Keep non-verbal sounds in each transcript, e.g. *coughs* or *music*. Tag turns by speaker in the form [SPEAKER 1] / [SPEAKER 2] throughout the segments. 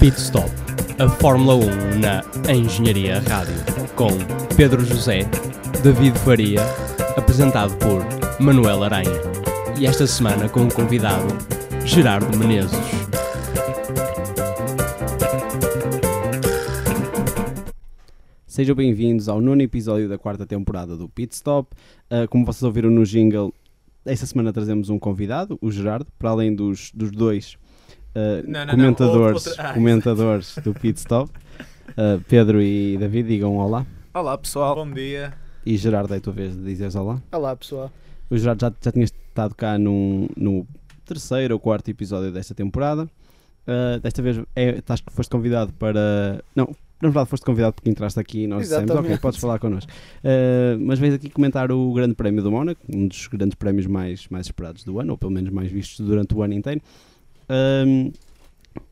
[SPEAKER 1] Pit Stop, a Fórmula 1 na Engenharia Rádio, com Pedro José, David Faria, apresentado por Manuel Aranha. E esta semana com o convidado Gerardo Menezes.
[SPEAKER 2] Sejam bem-vindos ao nono episódio da quarta temporada do Pit Stop. Ah, como vocês ouviram no jingle, esta semana trazemos um convidado, o Gerardo, para além dos, dos dois ah,
[SPEAKER 3] Não, não, não,
[SPEAKER 2] comentadores,
[SPEAKER 3] outra- *laughs* ah,
[SPEAKER 2] comentadores do Pit Stop. Ah, Pedro e David, digam olá.
[SPEAKER 4] Olá pessoal,
[SPEAKER 3] Bom dia.
[SPEAKER 2] E Gerardo, é a tua vez de dizeres olá.
[SPEAKER 4] olá pessoal.
[SPEAKER 2] O Gerardo já, já tinha estado cá num, no terceiro ou quarto episódio desta temporada. Ah, desta vez é, estás, foste convidado para. Não, na verdade foste convidado porque entraste aqui e nós dissemos, ok,
[SPEAKER 4] Exatamente.
[SPEAKER 2] podes falar connosco. Ah, mas vens aqui comentar o Grande Prémio do Mónaco, um dos grandes prémios mais, mais esperados do ano, ou pelo menos mais vistos durante o ano inteiro. Ahm,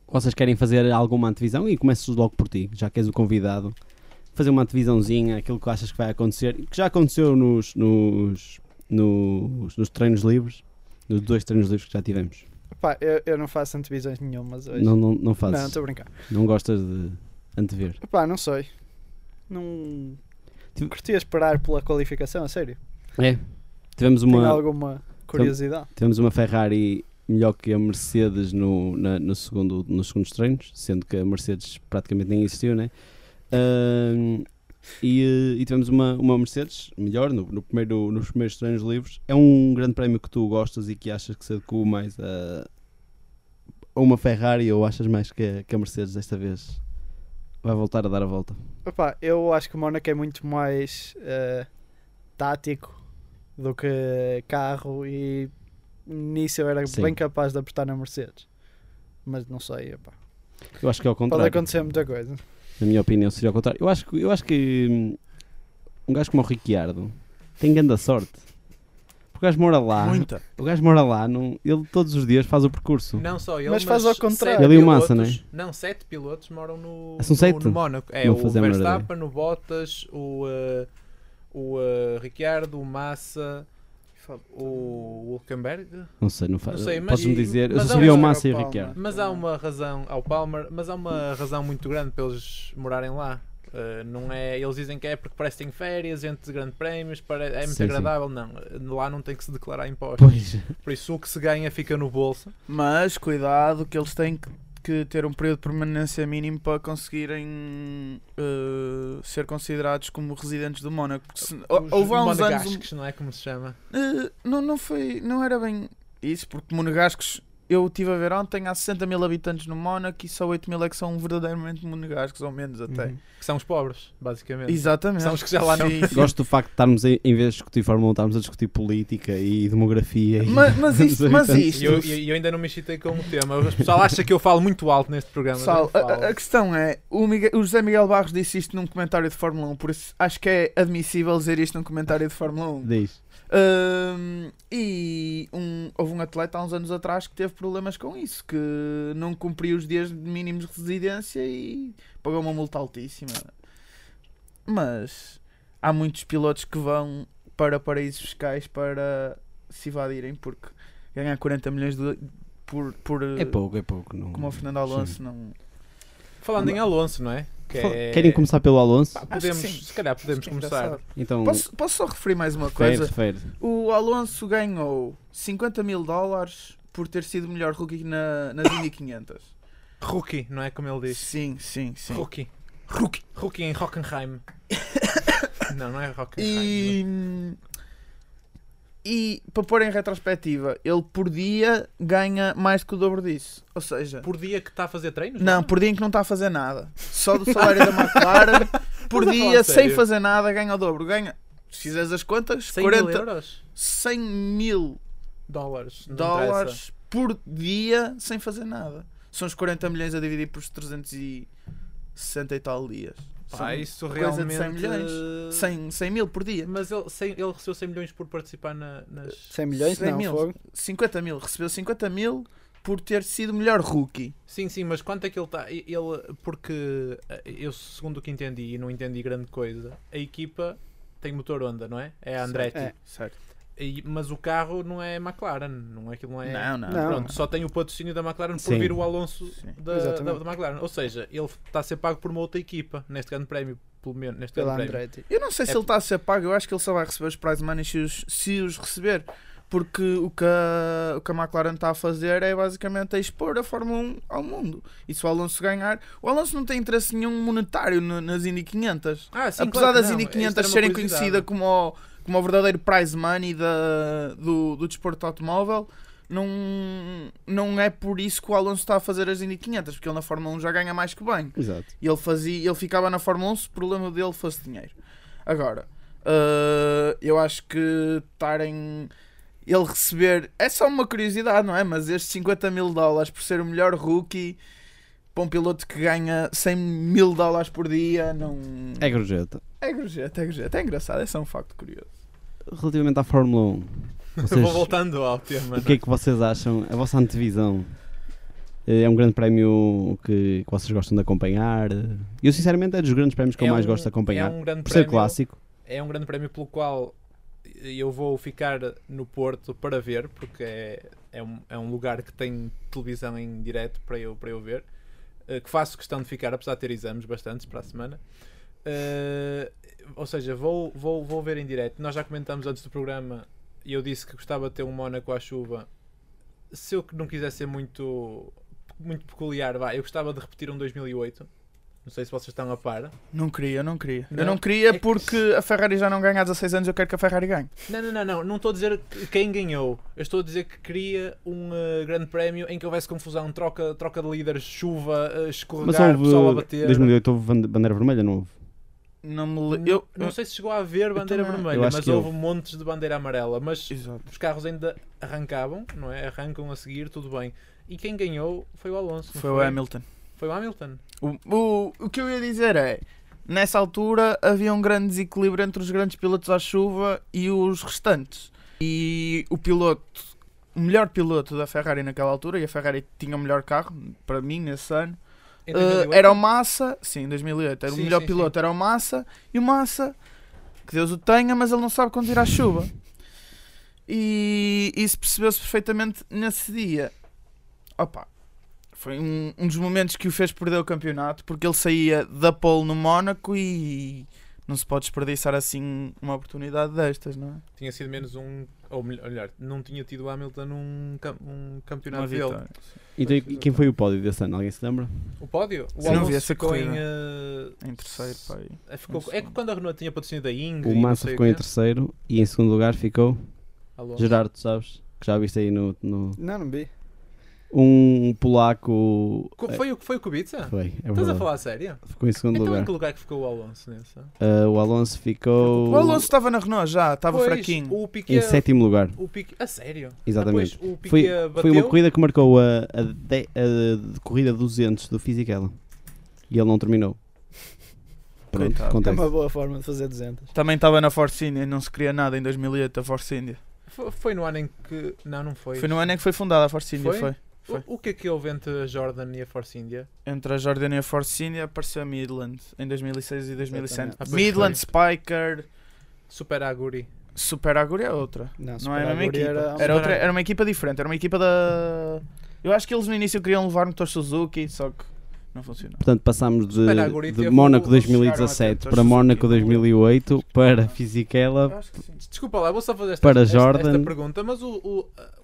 [SPEAKER 2] vocês querem fazer alguma antevisão? E começas logo por ti, já que és o convidado. Fazer uma antevisãozinha, aquilo que achas que vai acontecer, que já aconteceu nos, nos, nos, nos treinos livres, nos dois treinos livres que já tivemos.
[SPEAKER 4] Pá, eu, eu não faço antevisões nenhumas hoje.
[SPEAKER 2] Não, não, não
[SPEAKER 4] não,
[SPEAKER 2] fazes,
[SPEAKER 4] estou a brincar.
[SPEAKER 2] não, gostas de antever.
[SPEAKER 4] Pá, não sei. Não.
[SPEAKER 2] Tive-
[SPEAKER 4] Curti a esperar pela qualificação, a sério.
[SPEAKER 2] É. Tivemos
[SPEAKER 4] Tenho
[SPEAKER 2] uma,
[SPEAKER 4] alguma curiosidade.
[SPEAKER 2] tivemos uma Ferrari melhor que a Mercedes no, na- no segundo, nos segundos treinos, sendo que a Mercedes praticamente nem existiu, né? Ahm, e, eh, e tivemos uma, uma Mercedes melhor no, no primeiro, nos primeiros treinos livres. É um grande prémio que tu gostas e que achas que se adequa mais a, a uma Ferrari ou achas mais que a, que a Mercedes desta vez vai voltar a dar a volta?
[SPEAKER 4] Pá, eu acho que o Mónaco é muito mais eh, tático do que carro e nisso eu era
[SPEAKER 2] Sim.
[SPEAKER 4] bem capaz de apostar na Mercedes. Mas não sei, epá.
[SPEAKER 2] Eu acho que é ao
[SPEAKER 4] pode
[SPEAKER 2] contrário.
[SPEAKER 4] acontecer muita coisa.
[SPEAKER 2] na minha opinião, seria ao contrário. Eu acho que, eu acho que hum, um gajo como o Ricciardo tem grande sorte. Porque o gajo mora lá,
[SPEAKER 3] Muita.
[SPEAKER 2] o gajo mora lá, não, ele todos os dias faz o percurso.
[SPEAKER 3] Não só ele,
[SPEAKER 4] Mas faz ao
[SPEAKER 3] sete
[SPEAKER 4] contrário.
[SPEAKER 2] Ele e o Massa,
[SPEAKER 3] pilotos- Não, sete pilotos moram no,
[SPEAKER 2] Ah, são
[SPEAKER 3] no-
[SPEAKER 2] sete?
[SPEAKER 3] no Mónaco. É,
[SPEAKER 2] Não
[SPEAKER 3] o
[SPEAKER 2] fazia a menor
[SPEAKER 3] Verstappen, o Bottas, o, eh, o eh, Ricciardo, o Massa, o Hulkenberg.
[SPEAKER 2] Não sei, não faz.
[SPEAKER 3] Não sei, mas-
[SPEAKER 2] Podes-me dizer, eu
[SPEAKER 3] mas
[SPEAKER 2] só
[SPEAKER 3] há
[SPEAKER 2] sabia o
[SPEAKER 3] um-
[SPEAKER 2] Massa e o
[SPEAKER 4] Palma.
[SPEAKER 2] Ricciardo.
[SPEAKER 3] Mas há uma razão ao Palmer, mas há uma razão muito grande para eles morarem lá. Eh, não é, eles dizem que é porque parece que têm férias entre grandes prémios, pare- é muito
[SPEAKER 2] Sim, sim.
[SPEAKER 3] agradável. Não, lá não tem que se declarar impostos.
[SPEAKER 2] Pois,
[SPEAKER 3] Por isso o que se ganha fica no bolso.
[SPEAKER 5] Mas cuidado que eles têm que, que ter um período de permanência mínimo para conseguirem eh, ser considerados como residentes do Mónaco. Porque se,
[SPEAKER 3] Os
[SPEAKER 5] houve há uns anos. um-
[SPEAKER 3] monegascos, não é como se chama?
[SPEAKER 5] eh, não, não foi. Não era bem isso, porque monegascos. Eu estive a ver ontem, há 60 mil habitantes no Mónaco e só 8 mil é que são verdadeiramente monegascos, ou menos até.
[SPEAKER 3] Que são os pobres, basicamente.
[SPEAKER 5] Exatamente.
[SPEAKER 3] São os que já lá não-
[SPEAKER 5] Sim, sim.
[SPEAKER 2] Gosto do facto de estarmos, em, em vez de discutir Fórmula 1, estarmos a discutir política e demografia. e-
[SPEAKER 5] Mas, mas
[SPEAKER 3] *laughs*
[SPEAKER 5] isto, mas
[SPEAKER 2] Habitantes.
[SPEAKER 5] isto
[SPEAKER 3] E eu, e eu ainda não me excitei com o tema. O pessoal acha que eu falo muito alto neste programa.
[SPEAKER 5] Pessoal,
[SPEAKER 3] Eu
[SPEAKER 5] a,
[SPEAKER 3] não falo.
[SPEAKER 5] a- a questão é: o, Miguel- o José Miguel Barros disse isto num comentário de Fórmula 1, por isso acho que é admissível dizer isto num comentário de Fórmula 1.
[SPEAKER 2] Diz.
[SPEAKER 5] Ahm, e um- houve um atleta há uns anos atrás que teve problemas com isso, que não cumpriu os dias mínimos de residência e pagou uma multa altíssima. Mas há muitos pilotos que vão para paraísos fiscais para se evadirem, porque ganhar 40 milhões de- por, por
[SPEAKER 2] É pouco, é pouco. Não...
[SPEAKER 5] como o Fernando Alonso não.
[SPEAKER 3] Falando em Alonso, não é? Que
[SPEAKER 2] Fal-
[SPEAKER 3] é-
[SPEAKER 2] Querem começar pelo Alonso?
[SPEAKER 3] Pá,
[SPEAKER 5] Acho que
[SPEAKER 3] podemos,
[SPEAKER 5] sim.
[SPEAKER 3] se calhar podemos
[SPEAKER 5] Acho que é
[SPEAKER 3] começar.
[SPEAKER 5] engraçado.
[SPEAKER 2] Então,
[SPEAKER 5] Posso, posso só referir mais uma
[SPEAKER 2] refere,
[SPEAKER 5] coisa?
[SPEAKER 2] refere.
[SPEAKER 5] O Alonso ganhou 50 mil dólares por ter sido o melhor rookie na, nas Indy 500.
[SPEAKER 3] Rookie, não é como ele diz?
[SPEAKER 5] Sim, sim, sim.
[SPEAKER 3] Rookie. Rookie. Rookie em
[SPEAKER 5] *coughs*
[SPEAKER 3] Hockenheim. não, não é Hockenheim.
[SPEAKER 5] E, e para pôr em retrospectiva, ele por dia ganha mais que o dobro disso. Ou seja,
[SPEAKER 3] Por dia que está a fazer treinos? é?
[SPEAKER 5] não, por dia em que não está a fazer nada. Só do salário da McLaren,
[SPEAKER 3] *laughs*
[SPEAKER 5] por
[SPEAKER 3] Estás a
[SPEAKER 5] dia,
[SPEAKER 3] falar
[SPEAKER 5] sem
[SPEAKER 3] sério?
[SPEAKER 5] fazer nada, ganha o dobro. Ganha, se fizeres as contas,
[SPEAKER 3] 100
[SPEAKER 5] 40,
[SPEAKER 3] mil euros?
[SPEAKER 5] 100 mil
[SPEAKER 3] Dólares. não interessa.
[SPEAKER 5] dólares por dia sem fazer nada. São os 40 milhões a dividir por os 360 e tal dias. São
[SPEAKER 3] Pá, isso
[SPEAKER 5] coisa de
[SPEAKER 3] realmente.
[SPEAKER 5] 100 milhões. 100, 100 mil por dia.
[SPEAKER 3] Mas ele, 100 ele recebeu 100 milhões por participar na- nas.
[SPEAKER 4] 100 milhões?
[SPEAKER 5] 100
[SPEAKER 4] não,
[SPEAKER 5] mil.
[SPEAKER 4] fogo.
[SPEAKER 5] 50 mil. Recebeu 50 mil por ter sido o melhor rookie.
[SPEAKER 3] Sim, sim, mas quanto é que ele está? Ele, porque eh, eu, segundo o que entendi, e não entendi grande coisa, a equipa tem motor Honda, não é? É a Andretti.
[SPEAKER 4] É.
[SPEAKER 5] Certo.
[SPEAKER 3] E- mas o carro não é McLaren, não é aquilo não é.
[SPEAKER 5] Não, não.
[SPEAKER 4] Não.
[SPEAKER 3] Pronto, só tem o patrocínio da McLaren por
[SPEAKER 2] Sim.
[SPEAKER 3] vir o Alonso
[SPEAKER 5] Sim.
[SPEAKER 3] da, da,
[SPEAKER 4] Exatamente.
[SPEAKER 3] da McLaren. Ou seja, ele está a ser pago por uma outra equipa neste grande prémio, pelo menos neste
[SPEAKER 4] Pela
[SPEAKER 3] grande prémio.
[SPEAKER 4] Andretti.
[SPEAKER 5] Eu não sei se
[SPEAKER 3] É-
[SPEAKER 5] ele está a ser pago, eu acho que ele só vai receber os prize money se os, se os receber. Porque o que, a, o que a McLaren está a fazer é basicamente a expor a Fórmula 1 ao mundo. E se o Alonso ganhar. O Alonso não tem interesse nenhum monetário no- nas Indy 500.
[SPEAKER 3] Ah, sim,
[SPEAKER 5] Apesar
[SPEAKER 3] claro que
[SPEAKER 5] das
[SPEAKER 3] não,
[SPEAKER 5] Indy
[SPEAKER 3] isto
[SPEAKER 5] 500
[SPEAKER 3] era uma
[SPEAKER 5] serem
[SPEAKER 3] curiosidade.
[SPEAKER 5] conhecidas como o, como o verdadeiro prize money da, do, do desporto automóvel, não, não é por isso que o Alonso está a fazer as Indy 500, porque ele na Fórmula 1 já ganha mais que bem.
[SPEAKER 2] Exato.
[SPEAKER 5] E ele, fazia, ele ficava na Fórmula 1 se o problema dele fosse dinheiro. Agora, eh, eu acho que estarem. Ele receber. É só uma curiosidade, não é? Mas estes 50 mil dólares por ser o melhor rookie para um piloto que ganha 100 mil dólares por dia, não.
[SPEAKER 2] É gorjeta.
[SPEAKER 5] É gorjeta, é gorjeta. É engraçado, é só um facto curioso.
[SPEAKER 2] Relativamente à Fórmula 1, vocês,
[SPEAKER 3] Vou voltando ao tema.
[SPEAKER 2] o que é que vocês acham? A vossa antevisão eh, é um grande prémio que, que vocês gostam de acompanhar? Eu, sinceramente, é dos grandes prémios que eu
[SPEAKER 3] É
[SPEAKER 2] mais
[SPEAKER 3] um-
[SPEAKER 2] gosto de acompanhar.
[SPEAKER 3] É um grande
[SPEAKER 2] por ser
[SPEAKER 3] prémio,
[SPEAKER 2] clássico,
[SPEAKER 3] é um grande prémio pelo qual eu vou ficar no Porto para ver, porque é, é, um, é um lugar que tem televisão em direto para eu, para eu ver. eh, que faço questão de ficar, apesar de ter exames bastantes para a semana. Eh, ou seja, vou, vou, vou ver em direto. Nós já comentamos antes do programa e eu disse que gostava de ter um Mónaco à chuva. Se eu que não quisesse ser muito, muito peculiar, vá, eu gostava de repetir um 2008. Não sei se vocês estão a par.
[SPEAKER 5] Não queria, não queria.
[SPEAKER 3] Não?
[SPEAKER 5] Eu não queria
[SPEAKER 3] É que-
[SPEAKER 5] porque a Ferrari já não ganha há 16 anos, eu quero que a Ferrari ganhe.
[SPEAKER 3] Não, não, não, não. Não estou a dizer que- quem ganhou. Eu estou a dizer que queria um eh, grande prémio em que houvesse confusão, troca, troca de líderes, chuva, eh,
[SPEAKER 2] mas
[SPEAKER 3] escorregar, pessoal a
[SPEAKER 2] houve
[SPEAKER 3] bater.
[SPEAKER 2] 2008 houve bande- bandeira vermelha, não houve?
[SPEAKER 5] Não me.
[SPEAKER 3] Não,
[SPEAKER 5] le- Eu.
[SPEAKER 3] não sei se chegou a haver bandeira
[SPEAKER 5] também-
[SPEAKER 3] vermelha,
[SPEAKER 2] um. Eu acho
[SPEAKER 3] mas
[SPEAKER 2] que
[SPEAKER 3] houve
[SPEAKER 2] houve.
[SPEAKER 3] montes de bandeira amarela. Mas
[SPEAKER 5] Exato.
[SPEAKER 3] os carros ainda arrancavam, não é? Arrancam a seguir, tudo bem. E quem ganhou foi o Alonso. não
[SPEAKER 5] Foi o Hamilton.
[SPEAKER 3] Foi o Hamilton.
[SPEAKER 5] O, o, o que eu ia dizer é, nessa altura havia um grande desequilíbrio entre os grandes pilotos à chuva e os restantes. E o piloto, o melhor piloto da Ferrari naquela altura, e a Ferrari tinha o melhor carro, para mim, nesse ano,
[SPEAKER 3] Em
[SPEAKER 5] eh,
[SPEAKER 3] 2008,
[SPEAKER 5] era o Massa, sim, em 2008, era
[SPEAKER 3] Sim,
[SPEAKER 5] o melhor
[SPEAKER 3] sim,
[SPEAKER 5] piloto, era o Massa, e o Massa, que Deus o tenha, mas ele não sabe conduzir à chuva. E isso percebeu-se perfeitamente nesse dia. Opa, foi um, um dos momentos que o fez perder o campeonato, porque ele saía da pole no Mónaco e não se pode desperdiçar assim uma oportunidade destas, não é?
[SPEAKER 3] tinha sido menos um. Ou melhor, melhor, não tinha tido o Hamilton um, cam- um
[SPEAKER 5] Uma
[SPEAKER 3] campeonato dele.
[SPEAKER 5] vitória.
[SPEAKER 2] Então, e quem foi o pódio desse ano? Alguém se lembra?
[SPEAKER 3] O pódio? O
[SPEAKER 5] Sim, não vi
[SPEAKER 3] Alonso
[SPEAKER 5] essa
[SPEAKER 3] ficou em.
[SPEAKER 5] corrida.
[SPEAKER 3] eh,
[SPEAKER 5] Em terceiro, pai.
[SPEAKER 3] É, ficou-
[SPEAKER 5] Um
[SPEAKER 3] é que
[SPEAKER 5] segundo.
[SPEAKER 3] quando a Renault tinha patrocínio da Ingrid,
[SPEAKER 2] O Massa ficou em
[SPEAKER 3] é.
[SPEAKER 2] terceiro e em segundo lugar ficou Gerardo, tu sabes? Que já viste aí no. no-
[SPEAKER 4] Não, não vi.
[SPEAKER 2] Um polaco. eh,
[SPEAKER 3] Foi, o- foi o Kubica?
[SPEAKER 2] É. Foi, é
[SPEAKER 3] Estás a
[SPEAKER 2] verdade.
[SPEAKER 3] falar a sério?
[SPEAKER 2] Ficou em segundo
[SPEAKER 3] Então em
[SPEAKER 2] lugar.
[SPEAKER 3] que lugar é que ficou o Alonso nessa?
[SPEAKER 2] Ah, o Alonso ficou.
[SPEAKER 5] O
[SPEAKER 3] tá
[SPEAKER 5] Alonso estava na Renault já, estava
[SPEAKER 3] Pois,
[SPEAKER 5] fraquinho.
[SPEAKER 3] O
[SPEAKER 2] Em
[SPEAKER 3] Piquet...
[SPEAKER 2] sétimo lugar.
[SPEAKER 3] O Piquet... A sério?
[SPEAKER 2] Exatamente.
[SPEAKER 3] Ah, pois, o Piquet
[SPEAKER 2] Foi,
[SPEAKER 3] bateu...
[SPEAKER 2] foi uma corrida que marcou a, a, de- a corrida 200 do Fisichella. E ele não terminou. Pronto,
[SPEAKER 5] Coitado.
[SPEAKER 4] É
[SPEAKER 2] acontece.
[SPEAKER 4] uma boa forma de fazer 200.
[SPEAKER 5] Também estava na Force India, não se queria nada em 2008 a Force India.
[SPEAKER 3] Fo- foi no ano em que... Não, não foi.
[SPEAKER 5] Foi no ano em que foi fundada a Force India,
[SPEAKER 3] Foi?
[SPEAKER 5] foi? foi.
[SPEAKER 3] O, o que é que houve entre a Jordan e a Force India?
[SPEAKER 5] Entre a Jordânia e a Force India apareceu a Midland em 2006 e 2007.
[SPEAKER 4] Exatamente. Ah,
[SPEAKER 3] pois
[SPEAKER 5] Midland, Spiker,
[SPEAKER 3] Super Aguri.
[SPEAKER 5] Super Aguri é outra.
[SPEAKER 4] Não,
[SPEAKER 5] Não era a
[SPEAKER 4] Super
[SPEAKER 5] mesma
[SPEAKER 4] Aguri
[SPEAKER 5] equipa.
[SPEAKER 4] era- um
[SPEAKER 5] Era, outra, era uma equipa diferente, era uma equipa da. Eu acho que eles no início queriam levar motor Suzuki, só que não funcionou.
[SPEAKER 2] Portanto, passámos
[SPEAKER 3] Espera, agora
[SPEAKER 2] de, de
[SPEAKER 3] teve
[SPEAKER 2] Mónaco
[SPEAKER 3] o-
[SPEAKER 5] chegaram a
[SPEAKER 2] 2017
[SPEAKER 5] ter
[SPEAKER 2] para
[SPEAKER 5] dois
[SPEAKER 2] Mónaco
[SPEAKER 5] Suzuki.
[SPEAKER 2] 2008 para Fisichella.
[SPEAKER 5] acho que sim.
[SPEAKER 3] Desculpa lá, vou só fazer esta,
[SPEAKER 2] Para
[SPEAKER 3] esta, esta
[SPEAKER 2] Jordan.
[SPEAKER 3] pergunta, mas o,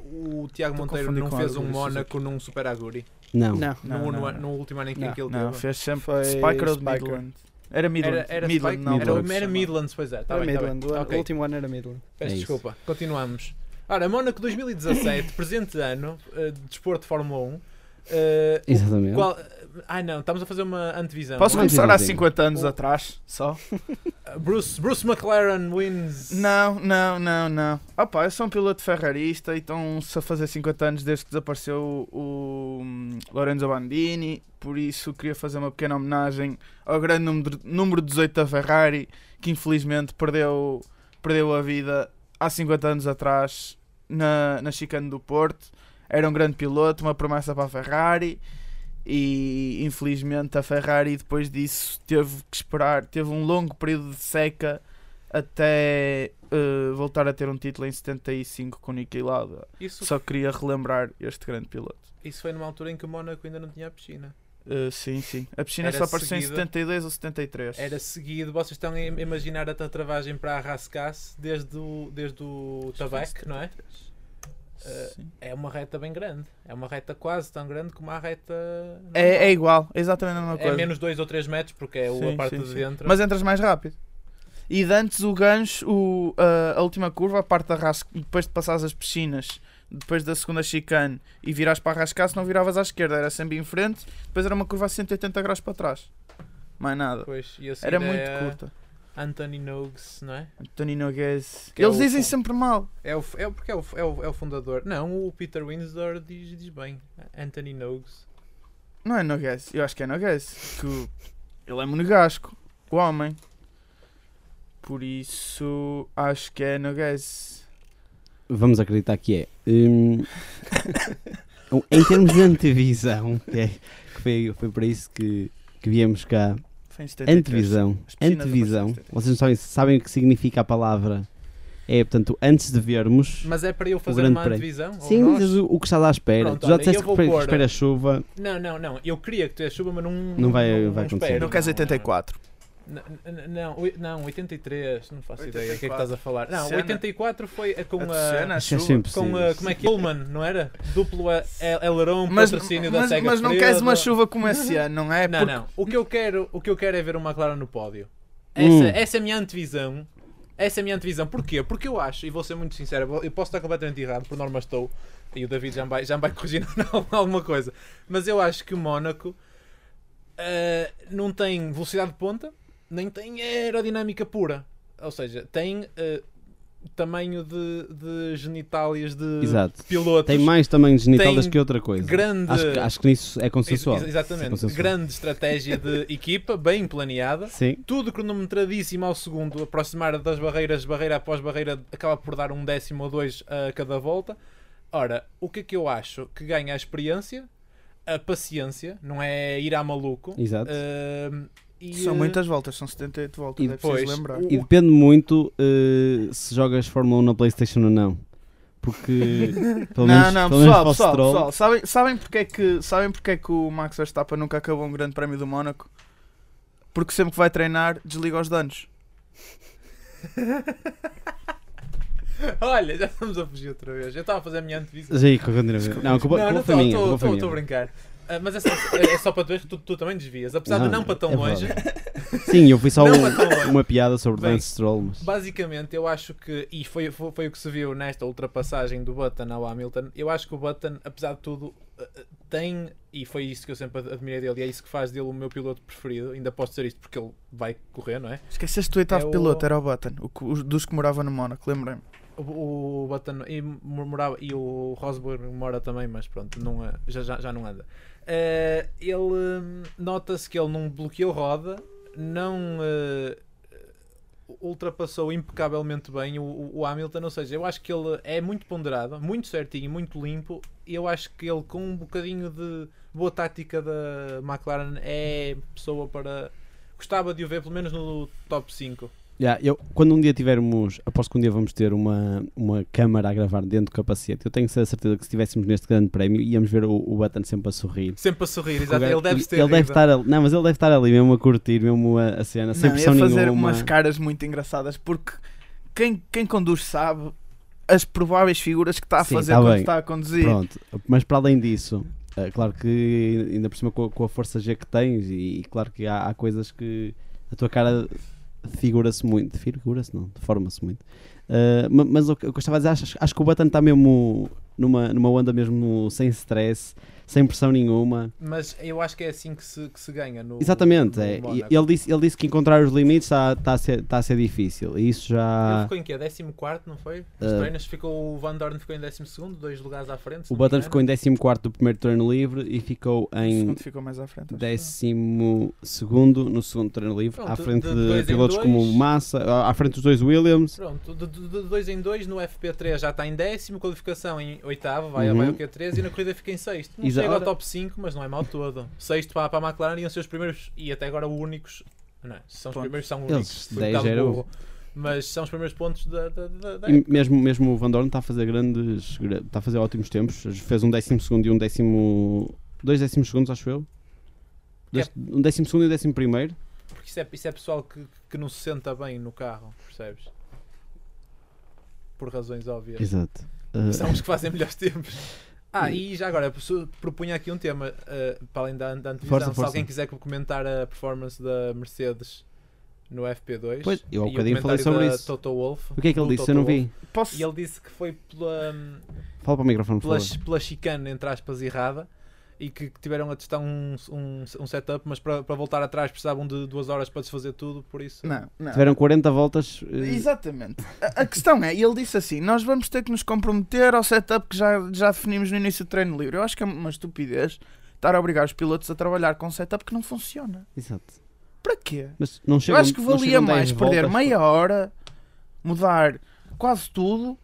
[SPEAKER 3] o, o Tiago
[SPEAKER 5] Estou a
[SPEAKER 3] Monteiro
[SPEAKER 5] confundir
[SPEAKER 3] não
[SPEAKER 5] com
[SPEAKER 3] fez um
[SPEAKER 5] Aguri,
[SPEAKER 3] Mónaco num Super Aguri?
[SPEAKER 2] Não.
[SPEAKER 4] Não.
[SPEAKER 5] Não,
[SPEAKER 3] no,
[SPEAKER 5] não,
[SPEAKER 3] no-
[SPEAKER 5] não.
[SPEAKER 3] no último ano em que
[SPEAKER 4] Não.
[SPEAKER 3] aquele
[SPEAKER 5] Não,
[SPEAKER 3] teve?
[SPEAKER 5] fez sempre
[SPEAKER 4] Foi
[SPEAKER 5] Spiker ou
[SPEAKER 4] Spiker.
[SPEAKER 5] Midland. Era Midland.
[SPEAKER 3] Era, era
[SPEAKER 5] Midland,
[SPEAKER 3] Spike-
[SPEAKER 5] não.
[SPEAKER 3] era,
[SPEAKER 2] Midland.
[SPEAKER 3] era Midlands, pois é. Tá
[SPEAKER 4] era
[SPEAKER 3] bem, tá
[SPEAKER 4] Midland.
[SPEAKER 3] bem.
[SPEAKER 4] O
[SPEAKER 3] Ok,
[SPEAKER 4] último ano era Midland.
[SPEAKER 3] Peço
[SPEAKER 2] É isso.
[SPEAKER 3] desculpa, continuamos. Ora, Mónaco 2017, presente ano, eh, de desporto de Fórmula 1. eh, o
[SPEAKER 2] Exatamente.
[SPEAKER 3] qual- ah, não, estamos a fazer uma antevisão.
[SPEAKER 5] Posso
[SPEAKER 2] Não,
[SPEAKER 5] começar
[SPEAKER 2] não,
[SPEAKER 5] há
[SPEAKER 2] não.
[SPEAKER 5] 50 anos
[SPEAKER 3] O-
[SPEAKER 5] atrás? Só?
[SPEAKER 3] Bruce, Bruce McLaren wins.
[SPEAKER 5] Não, não, não, não. Opa, eu sou um piloto ferrarista, então se a fazer 50 anos desde que desapareceu o, hum, Lorenzo Bandini, por isso queria fazer uma pequena homenagem ao grande número, número 18 da Ferrari, que infelizmente perdeu, perdeu a vida há 50 anos atrás na, na chicane do Porto. Era um grande piloto, uma promessa para a Ferrari. E infelizmente a Ferrari depois disso teve que esperar, teve um longo período de seca até eh, voltar a ter um título em 75 com Niki Lauda.
[SPEAKER 3] Isso,
[SPEAKER 5] Só queria relembrar este grande piloto.
[SPEAKER 3] isso foi numa altura em que o Mónaco ainda não tinha a piscina.
[SPEAKER 5] Eh, sim, sim. A piscina
[SPEAKER 3] Era
[SPEAKER 5] só apareceu em
[SPEAKER 3] seguida-
[SPEAKER 5] 72 ou 73.
[SPEAKER 3] Era seguido, vocês estão a im- imaginar a travagem para a Rascasse desde o, desde o Tabac, não é?
[SPEAKER 5] Sim.
[SPEAKER 3] É uma reta bem grande. É uma reta quase tão grande como a reta.
[SPEAKER 5] É, é igual, é exatamente a mesma
[SPEAKER 3] É
[SPEAKER 5] coisa.
[SPEAKER 3] menos 2 ou 3 metros porque é o-
[SPEAKER 5] Sim,
[SPEAKER 3] a parte
[SPEAKER 5] sim,
[SPEAKER 3] de
[SPEAKER 5] sim.
[SPEAKER 3] dentro.
[SPEAKER 5] Mas entras mais rápido. E de antes o gancho, o, eh, a, a última curva, a parte da rasca, depois de passares as piscinas, depois da segunda chicane e virares para a rascasse, não viravas à esquerda, era sempre em frente, depois era uma curva a 180 graus para trás. Mais nada.
[SPEAKER 3] Pois, e assim
[SPEAKER 5] Era
[SPEAKER 3] ainda
[SPEAKER 5] muito
[SPEAKER 3] é
[SPEAKER 5] curta.
[SPEAKER 3] Anthony Nogues, não é?
[SPEAKER 5] Anthony Nogues.
[SPEAKER 3] Que é
[SPEAKER 5] Eles
[SPEAKER 3] o-
[SPEAKER 5] dizem sempre mal.
[SPEAKER 3] É, o, é o- porque é o, é, o, é o fundador. Não, o Peter Windsor diz, diz bem. Anthony Nogues.
[SPEAKER 5] Não é Nogues, eu acho que é Nogues. Que o- ele é monegasco, o homem. Por isso, acho que é Nogues.
[SPEAKER 2] Vamos acreditar que é. Hum, em termos de antevisão, que, é- que foi, foi para isso que, que viemos cá.
[SPEAKER 5] Foi em 73.
[SPEAKER 2] Antevisão.
[SPEAKER 5] As piscinas
[SPEAKER 2] Antevisão.
[SPEAKER 5] aparecem em
[SPEAKER 2] Vocês não sabem, sabem o que significa a palavra? É, portanto, antes de vermos.
[SPEAKER 3] Mas é para eu fazer
[SPEAKER 2] grande
[SPEAKER 3] uma
[SPEAKER 2] prémio.
[SPEAKER 3] antevisão? Ou
[SPEAKER 2] Sim,
[SPEAKER 3] nós?
[SPEAKER 2] dizes o, o que estás à espera.
[SPEAKER 3] Pronto,
[SPEAKER 2] tu já
[SPEAKER 3] olha,
[SPEAKER 2] disseste que
[SPEAKER 3] eu vou
[SPEAKER 2] espera, que
[SPEAKER 3] pôr-
[SPEAKER 2] espera chuva.
[SPEAKER 3] Não, não, não. Eu queria que tu és chuva, mas não.
[SPEAKER 2] Não vai- vai acontecer.
[SPEAKER 3] espero.
[SPEAKER 5] É, Nogues
[SPEAKER 3] Não, não, não.
[SPEAKER 5] 84.
[SPEAKER 3] N- n- Não, oi- não, 83, não faço ideia do que é que
[SPEAKER 5] 84.
[SPEAKER 3] estás a falar. Não,
[SPEAKER 5] Senna.
[SPEAKER 3] 84 foi eh, com
[SPEAKER 5] A
[SPEAKER 3] a.
[SPEAKER 5] Tucena, a
[SPEAKER 2] Isso é
[SPEAKER 5] chuva.
[SPEAKER 2] sempre
[SPEAKER 3] Com a. Como é que é? Pullman, não era? Duplo a- el- aileron,
[SPEAKER 5] mas,
[SPEAKER 3] Um patrocínio da
[SPEAKER 5] mas-
[SPEAKER 3] SEGA.
[SPEAKER 5] mas não
[SPEAKER 3] Estrela.
[SPEAKER 5] queres uma chuva como esse ano, não é?
[SPEAKER 3] Não,
[SPEAKER 5] Porque
[SPEAKER 3] não. O que, eu quero, o que eu quero é ver o McLaren no pódio. Essa,
[SPEAKER 2] Hum.
[SPEAKER 3] essa é a minha antevisão. Essa é a minha antevisão. Porquê? Porque eu acho, e vou ser muito sincero, eu vou- eu posso estar completamente errado, por norma estou, e o David já me vai, já me vai *laughs* corrigindo alguma coisa, mas eu acho que o Mónaco ah, não tem velocidade de ponta, nem tem aerodinâmica pura. Ou seja, tem ah, tamanho de, de genitálias
[SPEAKER 2] *laughs*
[SPEAKER 3] de
[SPEAKER 2] Exato.
[SPEAKER 3] pilotos.
[SPEAKER 2] Tem mais tamanho de genital
[SPEAKER 3] Tem
[SPEAKER 2] das que outra coisa.
[SPEAKER 3] grande-
[SPEAKER 2] Acho, que- acho que nisso é
[SPEAKER 3] Ex-
[SPEAKER 2] consensual.
[SPEAKER 3] ex- exatamente.
[SPEAKER 2] Consensual.
[SPEAKER 3] Grande estratégia de equipa, bem planeada.
[SPEAKER 2] Sim.
[SPEAKER 3] tudo cronometradíssimo ao segundo, aproximar das barreiras, barreira após barreira, acaba por dar um décimo ou dois a cada volta. Ora, o que é que eu acho? Que ganha a experiência, a paciência, não é ir a maluco.
[SPEAKER 2] Exato.
[SPEAKER 3] Ahm, e,
[SPEAKER 5] São
[SPEAKER 3] eh,
[SPEAKER 5] muitas voltas, são 78 voltas,
[SPEAKER 2] e
[SPEAKER 5] e depois,
[SPEAKER 3] depois,
[SPEAKER 5] lembrar.
[SPEAKER 2] E depende muito eh, se jogas Fórmula 1 na Playstation ou não.
[SPEAKER 3] *laughs*
[SPEAKER 2] Porque pelo
[SPEAKER 5] Não,
[SPEAKER 2] menos,
[SPEAKER 5] não,
[SPEAKER 2] pelo menos
[SPEAKER 5] pessoal,
[SPEAKER 2] para o
[SPEAKER 5] pessoal,
[SPEAKER 2] Stroll-
[SPEAKER 5] pessoal, sabem, sabem, porque é que, sabem porque é que o Max Verstappen nunca acabou um grande prémio do Mónaco? Porque sempre que vai treinar, desliga os danos.
[SPEAKER 3] *laughs* Olha, já estamos a fugir outra vez. Eu estava a fazer a minha antevisão.
[SPEAKER 2] Mas aí, continua. Não, a culpa,
[SPEAKER 3] não,
[SPEAKER 2] a
[SPEAKER 3] não
[SPEAKER 2] culpa foi minha, a culpa foi
[SPEAKER 3] estou a
[SPEAKER 2] minha.
[SPEAKER 3] brincar. Ah, mas é só, é só para tu ver que tu, tu também desvias, apesar de
[SPEAKER 2] Não,
[SPEAKER 3] não para tão
[SPEAKER 2] é
[SPEAKER 3] longe.
[SPEAKER 2] Sim, eu fui só
[SPEAKER 3] Não,
[SPEAKER 2] um-
[SPEAKER 3] mas não é.
[SPEAKER 2] uma piada sobre
[SPEAKER 3] Bem,
[SPEAKER 2] Lance Stroll. Mas...
[SPEAKER 3] Basicamente, eu acho que, e foi, foi, foi o que se viu nesta ultrapassagem do Button ao Hamilton, eu acho que o Button, apesar de tudo, eh, eh, tem, e foi isso que eu sempre ad- admirei dele, e é isso que faz dele o meu piloto preferido, ainda posso dizer isto porque ele vai correr, não é?
[SPEAKER 5] Esqueceste do oitavo
[SPEAKER 3] É o-
[SPEAKER 5] piloto, era o Button, o, que- os- dos que moravam no Mónaco, lembrei-me.
[SPEAKER 3] O, o Button e, morava, e o Rosberg mora também, mas pronto, não, eh, já, já, já não anda. Eh, ele hum, nota-se que ele não bloqueou roda, não eh, ultrapassou impecavelmente bem o, o- o Hamilton, ou seja, eu acho que ele é muito ponderado, muito certinho, muito limpo. e Eu acho que ele com um bocadinho de boa tática da McLaren é pessoa para gostava de o ver pelo menos no top 5.
[SPEAKER 2] Já, eu, quando um dia tivermos, aposto que um dia vamos ter uma, uma câmara a gravar dentro do capacete. Eu tenho a certeza que se estivéssemos neste grande prémio, íamos ver o, o Button sempre a sorrir.
[SPEAKER 3] Sempre a sorrir, exato.
[SPEAKER 2] O
[SPEAKER 3] Ele
[SPEAKER 2] gajo-
[SPEAKER 3] deve ter
[SPEAKER 2] ele deve
[SPEAKER 3] rido.
[SPEAKER 2] estar ali, Não, mas ele deve estar ali mesmo a curtir mesmo a, a cena, sem
[SPEAKER 5] Não, ia
[SPEAKER 2] pressão
[SPEAKER 5] fazer
[SPEAKER 2] nenhuma.
[SPEAKER 5] umas caras muito engraçadas, porque quem, quem conduz sabe as prováveis figuras que está a
[SPEAKER 2] Sim,
[SPEAKER 5] fazer
[SPEAKER 2] tá
[SPEAKER 5] quando
[SPEAKER 2] bem.
[SPEAKER 5] está a conduzir.
[SPEAKER 2] Pronto, mas para além disso, eh, claro que ainda por cima com a, com a força G que tens, e, e claro que há, há coisas que a tua cara figura-se muito, figura-se não, deforma-se muito. Eh, ma- mas o que o que eu estava a dizer, acho, acho que o Button está mesmo numa, numa onda mesmo sem stress, sem pressão nenhuma.
[SPEAKER 3] Mas eu acho que é assim que se, que se ganha no.
[SPEAKER 2] Exatamente,
[SPEAKER 3] no
[SPEAKER 2] é, e
[SPEAKER 3] Mónaco.
[SPEAKER 2] ele, disse, ele disse que encontrar os limites está, está, a, ser, está a ser difícil, e isso
[SPEAKER 3] Ele
[SPEAKER 2] já.
[SPEAKER 3] ficou em quê? 14, não foi? Nos
[SPEAKER 2] Ah.
[SPEAKER 3] treinos ficou, o Van Dorn ficou em 12, dois lugares à frente.
[SPEAKER 2] O
[SPEAKER 3] se não me
[SPEAKER 2] Button
[SPEAKER 3] engano.
[SPEAKER 2] ficou em 14 do primeiro treino livre e ficou
[SPEAKER 5] O
[SPEAKER 2] em
[SPEAKER 5] segundo ficou mais à frente. acho.
[SPEAKER 2] décimo segundo no segundo treino livre,
[SPEAKER 3] Pronto,
[SPEAKER 2] à frente
[SPEAKER 3] de
[SPEAKER 2] de,
[SPEAKER 3] dois em
[SPEAKER 2] pilotos
[SPEAKER 3] dois.
[SPEAKER 2] como Massa, ah, à- à frente dos dois Williams.
[SPEAKER 3] Pronto, de- de 2 em 2, no FP3 já está em décimo, qualificação em oitavo, vai,
[SPEAKER 2] Uhum.
[SPEAKER 3] vai ao Q13 e na corrida fica em sexto. Não
[SPEAKER 2] Exa-
[SPEAKER 3] chega ao
[SPEAKER 2] Ora.
[SPEAKER 3] top 5, mas não é mal todo. Sexto para, para a McLaren iam ser os primeiros e até agora únicos. Não, é? se são os
[SPEAKER 5] Pronto.
[SPEAKER 3] primeiros, são
[SPEAKER 2] Eles
[SPEAKER 3] únicos. Foi um
[SPEAKER 2] dez
[SPEAKER 3] bocado
[SPEAKER 2] eram-
[SPEAKER 3] burro. Mas são os primeiros pontos da. da, da, da
[SPEAKER 2] E mesmo, mesmo o Van Dorn está a fazer grandes, gra- está a fazer ótimos tempos. Fez um décimo segundo e um décimo. dois décimos segundos, acho eu. Dois- Um décimo segundo e um décimo primeiro.
[SPEAKER 3] Porque isso é, isso é pessoal que, que não se senta bem no carro, percebes? Por razões óbvias.
[SPEAKER 2] Exato. Ah,
[SPEAKER 5] é
[SPEAKER 3] São os
[SPEAKER 5] um
[SPEAKER 3] que fazem
[SPEAKER 2] *laughs*
[SPEAKER 3] melhores tempos. Ah, e já agora, su- propunha aqui um tema, eh, para além da, da antevisão,
[SPEAKER 2] Força,
[SPEAKER 3] se
[SPEAKER 2] força.
[SPEAKER 3] alguém quiser comentar a performance da Mercedes no FP2,
[SPEAKER 2] Pois, eu há
[SPEAKER 3] e o
[SPEAKER 2] bocadinho falei
[SPEAKER 3] comentário
[SPEAKER 2] sobre
[SPEAKER 3] da
[SPEAKER 2] isso.
[SPEAKER 3] Toto Wolff,
[SPEAKER 2] o que é que ele
[SPEAKER 3] do
[SPEAKER 2] disse?
[SPEAKER 3] Toto
[SPEAKER 2] Eu não
[SPEAKER 3] Wolff,
[SPEAKER 2] vi.
[SPEAKER 5] Posso,
[SPEAKER 3] E ele disse que foi pela, hum,
[SPEAKER 2] Fala para o microfone, por
[SPEAKER 3] pela,
[SPEAKER 2] favor.
[SPEAKER 3] pela chicane, entre aspas, errada, e que que tiveram a testar um, um, um setup, mas para, para voltar atrás precisavam de duas horas para desfazer tudo, por isso...
[SPEAKER 5] Não, não.
[SPEAKER 2] Tiveram 40 voltas. eh,
[SPEAKER 5] Exatamente. A, a questão é, ele disse assim: nós vamos ter que nos comprometer ao setup que já, já definimos no início do treino livre. Eu acho que é uma estupidez estar a obrigar os pilotos a trabalhar com um setup que não funciona.
[SPEAKER 2] Exato.
[SPEAKER 5] Para quê?
[SPEAKER 2] Mas não
[SPEAKER 5] Eu
[SPEAKER 2] chegam,
[SPEAKER 5] acho que
[SPEAKER 2] não
[SPEAKER 5] valia
[SPEAKER 2] chegam 10
[SPEAKER 5] mais perder
[SPEAKER 2] voltas,
[SPEAKER 5] meia hora, mudar quase tudo,